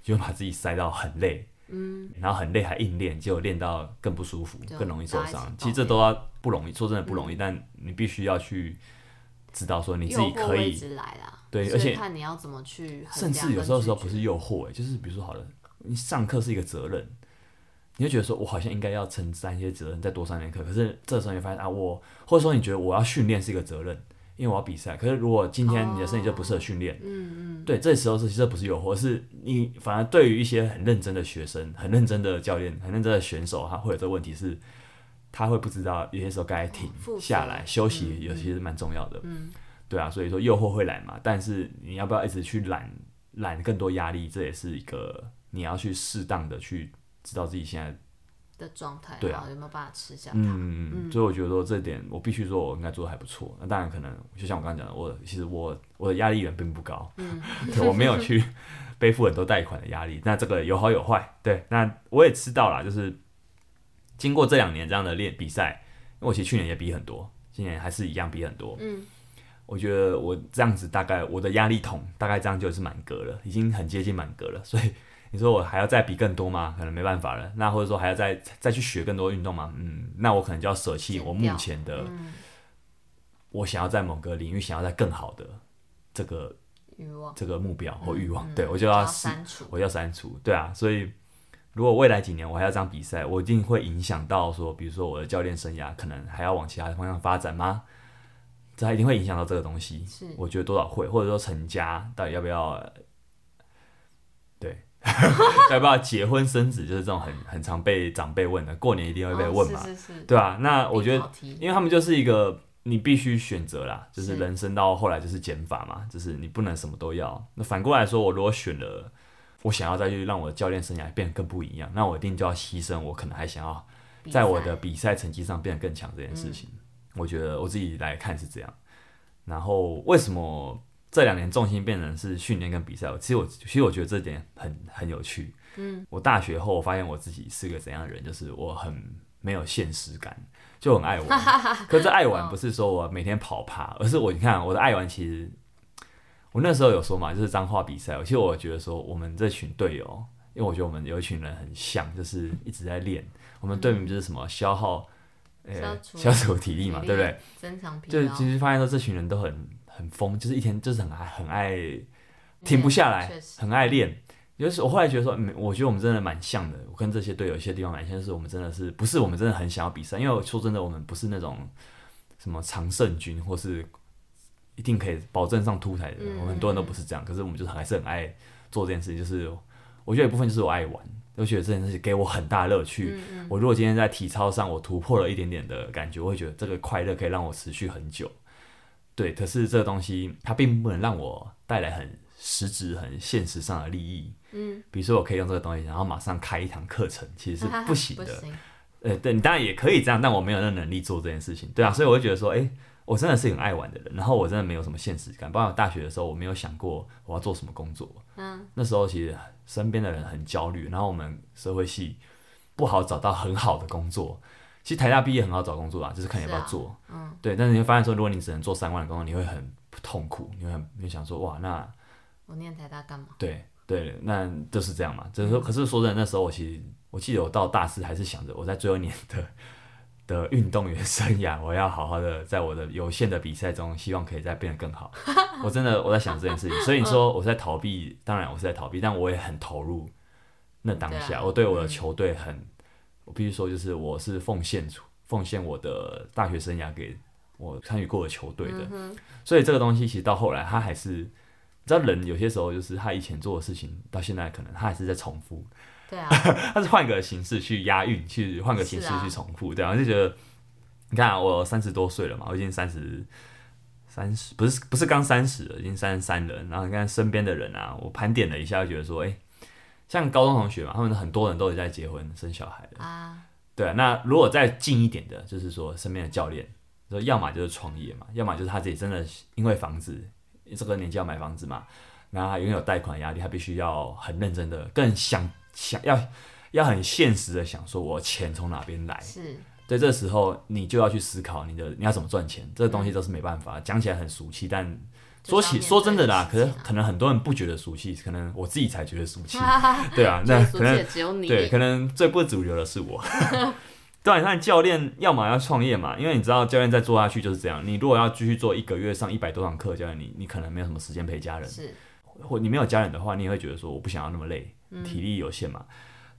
A: 就把自己塞到很累。嗯，然后很累还硬练，结果练到更不舒服，
B: 就
A: 更容易受
B: 大家一
A: 伤
B: 起。
A: 其实这
B: 抱怨
A: 都要不容易，说真的不容易，但你必须要去知道说你自己
B: 诱惑
A: 可
B: 会
A: 以
B: 一，直来啦，
A: 对
B: 所以
A: 而且
B: 看你要怎么去衡量跟拒绝，
A: 甚至有时候时候不是诱惑、欸，就是比如说好了，你上课是一个责任，你会觉得说我好像应该要承担一些责任，再多上点课。可是这时候你发现啊，我或者说你觉得我要训练是一个责任，因为我要比赛。可是如果今天你的身体就不适合训练，嗯嗯，对，这时候是其实这不是诱惑，是你反而对于一些很认真的学生、很认真的教练、很认真的选手，他会有这个问题是，他会不知道有些时候该停
B: 负责
A: 下来休息，有些是蛮重要的。嗯，对啊，所以说诱惑会来嘛，但是你要不要一直去揽揽更多压力，这也是一个你要去适当的去知道自己现在
B: 的状态，
A: 对啊
B: 然后有没有办法吃下它？
A: 嗯，所以我觉得说这点，我必须说，我应该做的还不错。那当然，可能就像我刚刚讲的，我其实我我的压力源并不高， 对我没有去背负很多贷款的压力。那这个有好有坏，对。那我也知道啦，就是经过这两年这样的练比赛，因为我其实去年也比很多，今年还是一样比很多。嗯，我觉得我这样子大概我的压力桶大概这样就是满格了，已经很接近满格了，所以。你说我还要再比更多吗？可能没办法了。那或者说还要再再去学更多运动吗？嗯，那我可能就要舍弃
B: 减掉
A: 我目前的，我想要在某个领域想要在更好的这个
B: 欲望，
A: 这个目标或欲望，
B: 嗯
A: 对我就
B: 就
A: 要
B: 要
A: 是
B: 删除。
A: 我要删除，对啊，所以如果未来几年我还要这样比赛，我一定会影响到说，比如说我的教练生涯可能还要往其他方向发展吗？这一定会影响到这个东西，
B: 是
A: 我觉得多少会，或者说成家到底要不要，呃 对，要不要结婚生子，就是这种很很常被长辈问的，过年一定会被问嘛，
B: 哦是是是，
A: 对啊，那我觉得
B: 必考题
A: 因为他们就是一个你必须选择啦，就是
B: 是
A: 人生到后来就是减法嘛，就是你不能什么都要。那反过来说，我如果选了，我想要再去让我的教练生涯变得更不一样，那我一定就要牺牲我可能还想要
B: 比
A: 在我
B: 赛
A: 的比赛成绩上变得更强这件事情。我觉得我自己来看是这样。然后为什么这两年重心变成是训练跟比赛？其实我其实我觉得这点很很有趣。嗯，我大学后我发现我自己是个怎样的人，就是我很没有现实感，就很爱玩。 可是爱
B: 哦
A: 玩不是说我每天跑趴，而是我你看我的爱玩其实。我那时候有说嘛，就是脏话比赛。其实我觉得说，我们这群队友，因为我觉得我们有一群人很像，就是一直在练。我们队名就是什么消耗，呃、
B: 消除
A: 消除体力嘛，
B: 体力
A: 对不对？
B: 增强哦疲
A: 就
B: 劳，
A: 其实发现说这群人都很很疯，就是一天就是很爱很爱停不下来
B: 嗯确，实
A: 很爱练。有时我后来觉得说，嗯，我觉得我们真的蛮像的。我跟这些队友一些地方蛮像，就是我们真的是不是我们真的很想要比赛？因为我说真的，我们不是那种什么常胜军，或是一定可以保证上凸台的人。
B: 嗯
A: 我们很多人都不是这样，可是我们就是还是很爱做这件事情。就是我觉得有一部分就是我爱玩，我觉得这件事情给我很大乐趣。我如果今天在体操上我突破了一点点的感觉，我会觉得这个快乐可以让我持续很久。对，可是这个东西它并不能让我带来很实质、很现实上的利益。嗯，比如说我可以用这个东西，然后马上开一堂课程，其实是不行 的。呃，对你当然也可以这样，但我没有那能力做这件事情，对啊，所以我会觉得说，诶，我真的是很爱玩的人，然后我真的没有什么现实感。包括我大学的时候，我没有想过我要做什么工作，嗯，那时候其实身边的人很焦虑，然后我们社会系不好找到很好的工作。其实台大毕业很好找工作啊，就是看你要不要
B: 是啊
A: 做，嗯，对。但是你会发现说，如果你只能做三万的工作，你会很痛苦，你会很你会想说，哇，那
B: 我念台大干嘛？
A: 对对，那就是这样嘛。就是
B: 嗯
A: 说，可是说真的，那时候我其实我记得我到大四还是想着我在最后一年的的运动员 生涯，我要好好的在我的有限的比赛中，希望可以再变得更好。我真的我在想这件事情，所以你说
B: 嗯
A: 我在逃避，当然我是在逃避，但我也很投入那当
B: 对啊
A: 下，我对我的球队很，我必须说就是我是奉献出奉献我的大学生涯给我参与过的球队的。所以这个东西其实到后来，他还是你知道，人有些时候就是他以前做的事情，到现在可能他还是在重复，
B: 对啊，
A: 他是换个形式去押韵，去换个形式
B: 是啊
A: 去重复，对啊，我就觉得你看啊、我三十多岁了嘛，我已经三十。三十不是不是刚三十了，已经三十三了。然后你看身边的人啊，我盘点了一下，就觉得说，哎、像高中同学嘛，他们很多人都已经在结婚生小孩了。
B: 啊，
A: 对啊，那如果再近一点的，就是说身边的教练，说要么就是创业嘛，要么就是他自己真的因为房子这个年纪要买房子嘛，然后他拥有贷款压力，他必须要很认真的，更想想要要很现实的想说，我钱从哪边来？
B: 是
A: 对，这时候你就要去思考你的你要怎么赚钱，这个东西都是没办法。讲起来很俗气，但说起
B: 就是要面对
A: 说真的啦，可
B: 的
A: 是
B: 事情啊
A: 可能很多人不觉得俗气，可能我自己才觉得俗 气。对啊，那可能
B: 也只有你，
A: 对，可能最不主流的是我。 对啊，你看教练要么要创业嘛，因为你知道教练再做下去就是这样。你如果要继续做一个月上一百多堂课，教练你你可能没有什么时间陪家人，
B: 是
A: 或你没有家人的话，你也会觉得说我不想要那么累，体力有限嘛。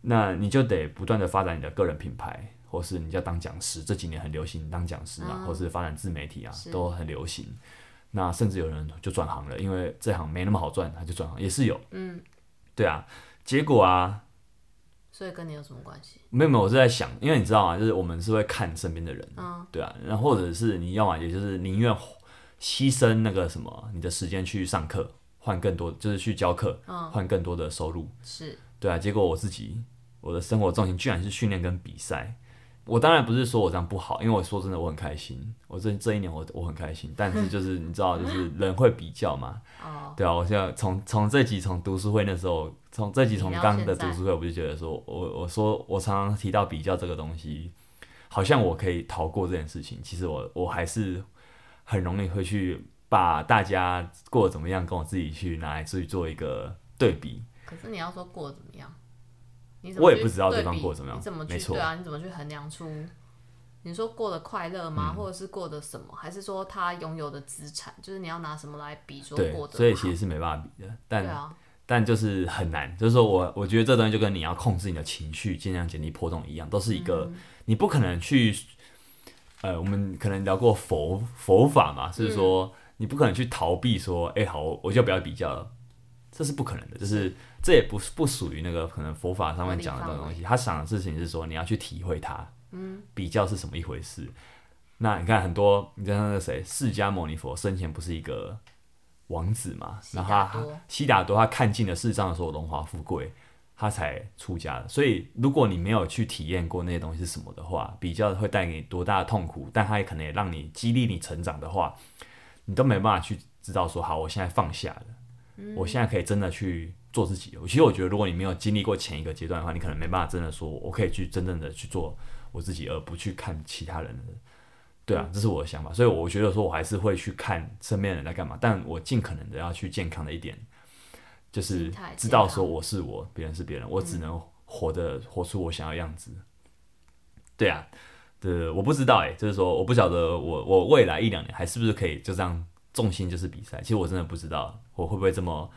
A: 那你就得不断的发展你的个人品牌，或是你要当讲师，这几年很流行当讲师啊，
B: 嗯
A: 或是发展自媒体啊，
B: 是
A: 都很流行。那甚至有人就转行了，因为这行没那么好赚，他就转行也是有。
B: 嗯，
A: 对啊，结果啊，
B: 所以跟你有什么关系？
A: 没有没有，我是在想，因为你知道吗？就是我们是会看身边的人，
B: 嗯
A: 对啊，然后或者是你要么也就是宁愿牺牲那个什么你的时间去上课，换更多就是去教课，
B: 嗯，
A: 换更多的收入，
B: 是
A: 对啊。结果我自己我的生活重心居然是训练跟比赛。我当然不是说我这样不好，因为我说真的我很开心，我这这一年我我很开心，但是就是你知道，就是人会比较嘛，
B: 哦，
A: 对啊，我现在从从这集从读书会那时候，从这集从刚的读书会，我就觉得说，我我说我常常提到比较这个东西，好像我可以逃过这件事情，其实我我还是很容易会去把大家过得怎么样跟我自己去拿来去做一个对比，
B: 可是你要说过得怎么样，你怎么
A: 我也
B: 去
A: 不知道
B: 对
A: 对方
B: 比
A: 过得怎么样
B: 你怎么去
A: 没错
B: 对啊？你怎么去衡量出？你说过得快乐
A: 嗯
B: 吗？或者是过得什么？还是说他拥有的资产？就是你要拿什么来比说
A: 对
B: 过，得
A: 所以
B: 好
A: 其实是没办法比的，但
B: 对啊，
A: 但就是很难，就是说我我觉得这东西就跟你要控制你的情绪，尽量减低波动一样，都是一个、你不可能去，呃，我们可能聊过佛佛法嘛，是说、你不可能去逃避说，哎、好，我就不要比较了，这是不可能的，就是这也不是不属于那个可能佛法上面讲的那种东西，他想的事情是说你要去体会它，嗯，比较是什么一回事。那你看很多，你像那个谁，释迦牟尼佛生前不是一个王子嘛？
B: 悉
A: 然
B: 达
A: 后他
B: 多
A: 悉达多他看尽了世上的所有荣华富贵，他才出家的。所以如果你没有去体验过那些东西是什么的话，比较会带给你多大的痛苦，但他也可能也让你激励你成长的话，你都没办法去知道说，好，我现在放下了，我现在可以真的去做自己了。其实我觉得，如果你没有经历过前一个阶段的话，你可能没办法真的说，我可以去真正的去做我自己，而不去看其他人的。对啊，这是我的想法，所以我觉得说我还是会去看身边的人在干嘛，但我尽可能的要去健康的一点，就是
B: 心态
A: 知道
B: 健康嗯
A: 说我是我，别人是别人，我只能活的活出我想要的样子。对啊，对，我不知道哎、就是说我不晓得我我未来一两年还是不是可以就这样重心就是比赛，其实我真的不知道我会不会这么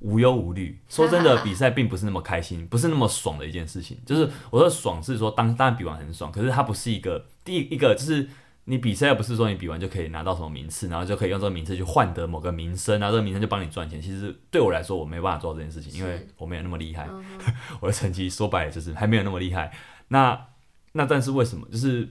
A: 无忧无虑。说真的，比赛并不是那么开心，不是那么爽的一件事情。就是我说爽是说当当然比完很爽，可是它不是一个第一一个就是。你比赛不是说你比完就可以拿到什么名次，然后就可以用这个名次去换得某个名声，然后这个名声就帮你赚钱。其实对我来说，我没办法做到这件事情，因为
B: 是嗯
A: 我没有那么厉害。 我的成绩说白了就是还没有那么厉害。那那但是为什么就是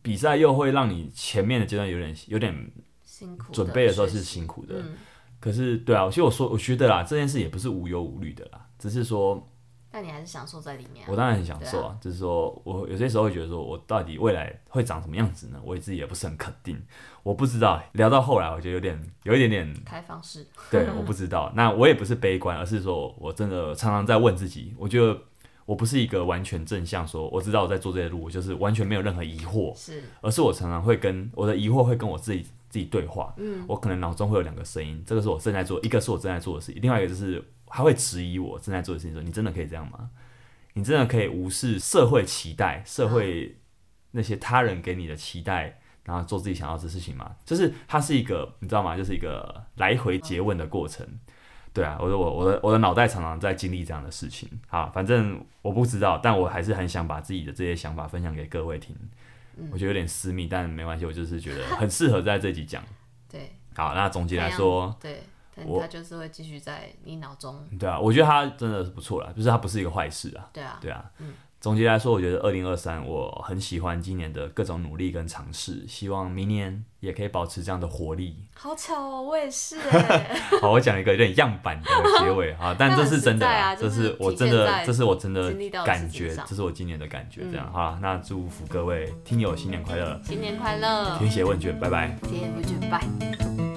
A: 比赛又会让你前面的阶段有点有点
B: 辛苦
A: 准备的时候
B: 学
A: 是
B: 习
A: 辛苦的？
B: 嗯，
A: 可是对啊，其实我说我觉得啦，这件事也不是无忧无虑的啦，只是说
B: 但你还是享受在里面啊、
A: 我当然很享受啊，就是说我有些时候会觉得说我到底未来会长什么样子呢？我自己也不是很肯定，我不知道。聊到后来，我觉得有点有一点点
B: 开放式，
A: 对，我不知道。那我也不是悲观，而是说我真的常常在问自己，我觉得我不是一个完全正向说，我知道我在做这些路，我就是完全没有任何疑惑，
B: 是
A: 而是我常常会跟我的疑惑会跟我自己自己对话。嗯，我可能脑中会有两个声音，这个是我正在做，一个是我正在做的事情，另外一个就是他会质疑我正在做的事情，说你真的可以这样吗？你真的可以无视社会期待，社会那些他人给你的期待，然后做自己想要的事情吗？就是它是一个，你知道吗？就是一个来回诘问的过程。对啊，我的我我的我的脑袋常常在经历这样的事情好，反正我不知道，但我还是很想把自己的这些想法分享给各位听。
B: 嗯
A: 我觉得有点私密，但没关系，我就是觉得很适合在这集讲。
B: 对。
A: 好，那总结
B: 太
A: 来
B: 阳
A: 说，，
B: 对，啊但
A: 我
B: 他就是会继续在你脑中，
A: 对啊，我觉得它真的是不错啦，就是它不是一个坏事啊。
B: 对啊，
A: 对啊，总结来说，我觉得二零二三我很喜欢今年的各种努力跟尝试，希望明年也可以保持这样的活 力。
B: 好巧哦，我也是哎，
A: 好，我讲一个有点样板的结尾啊， 但这是真的啦，
B: 但很
A: 这
B: 实在啊
A: 是我
B: 就是
A: 真
B: 体现
A: 的，
B: 在
A: 这是我真的
B: 经历到的
A: 感
B: 事情
A: 觉
B: 上，嗯
A: 这是我今年的感觉。这样好，那祝福各位听友新年快乐，
B: 新年快 乐，
A: 填写问卷，拜拜。
B: 今天不就拜。
A: 拜拜。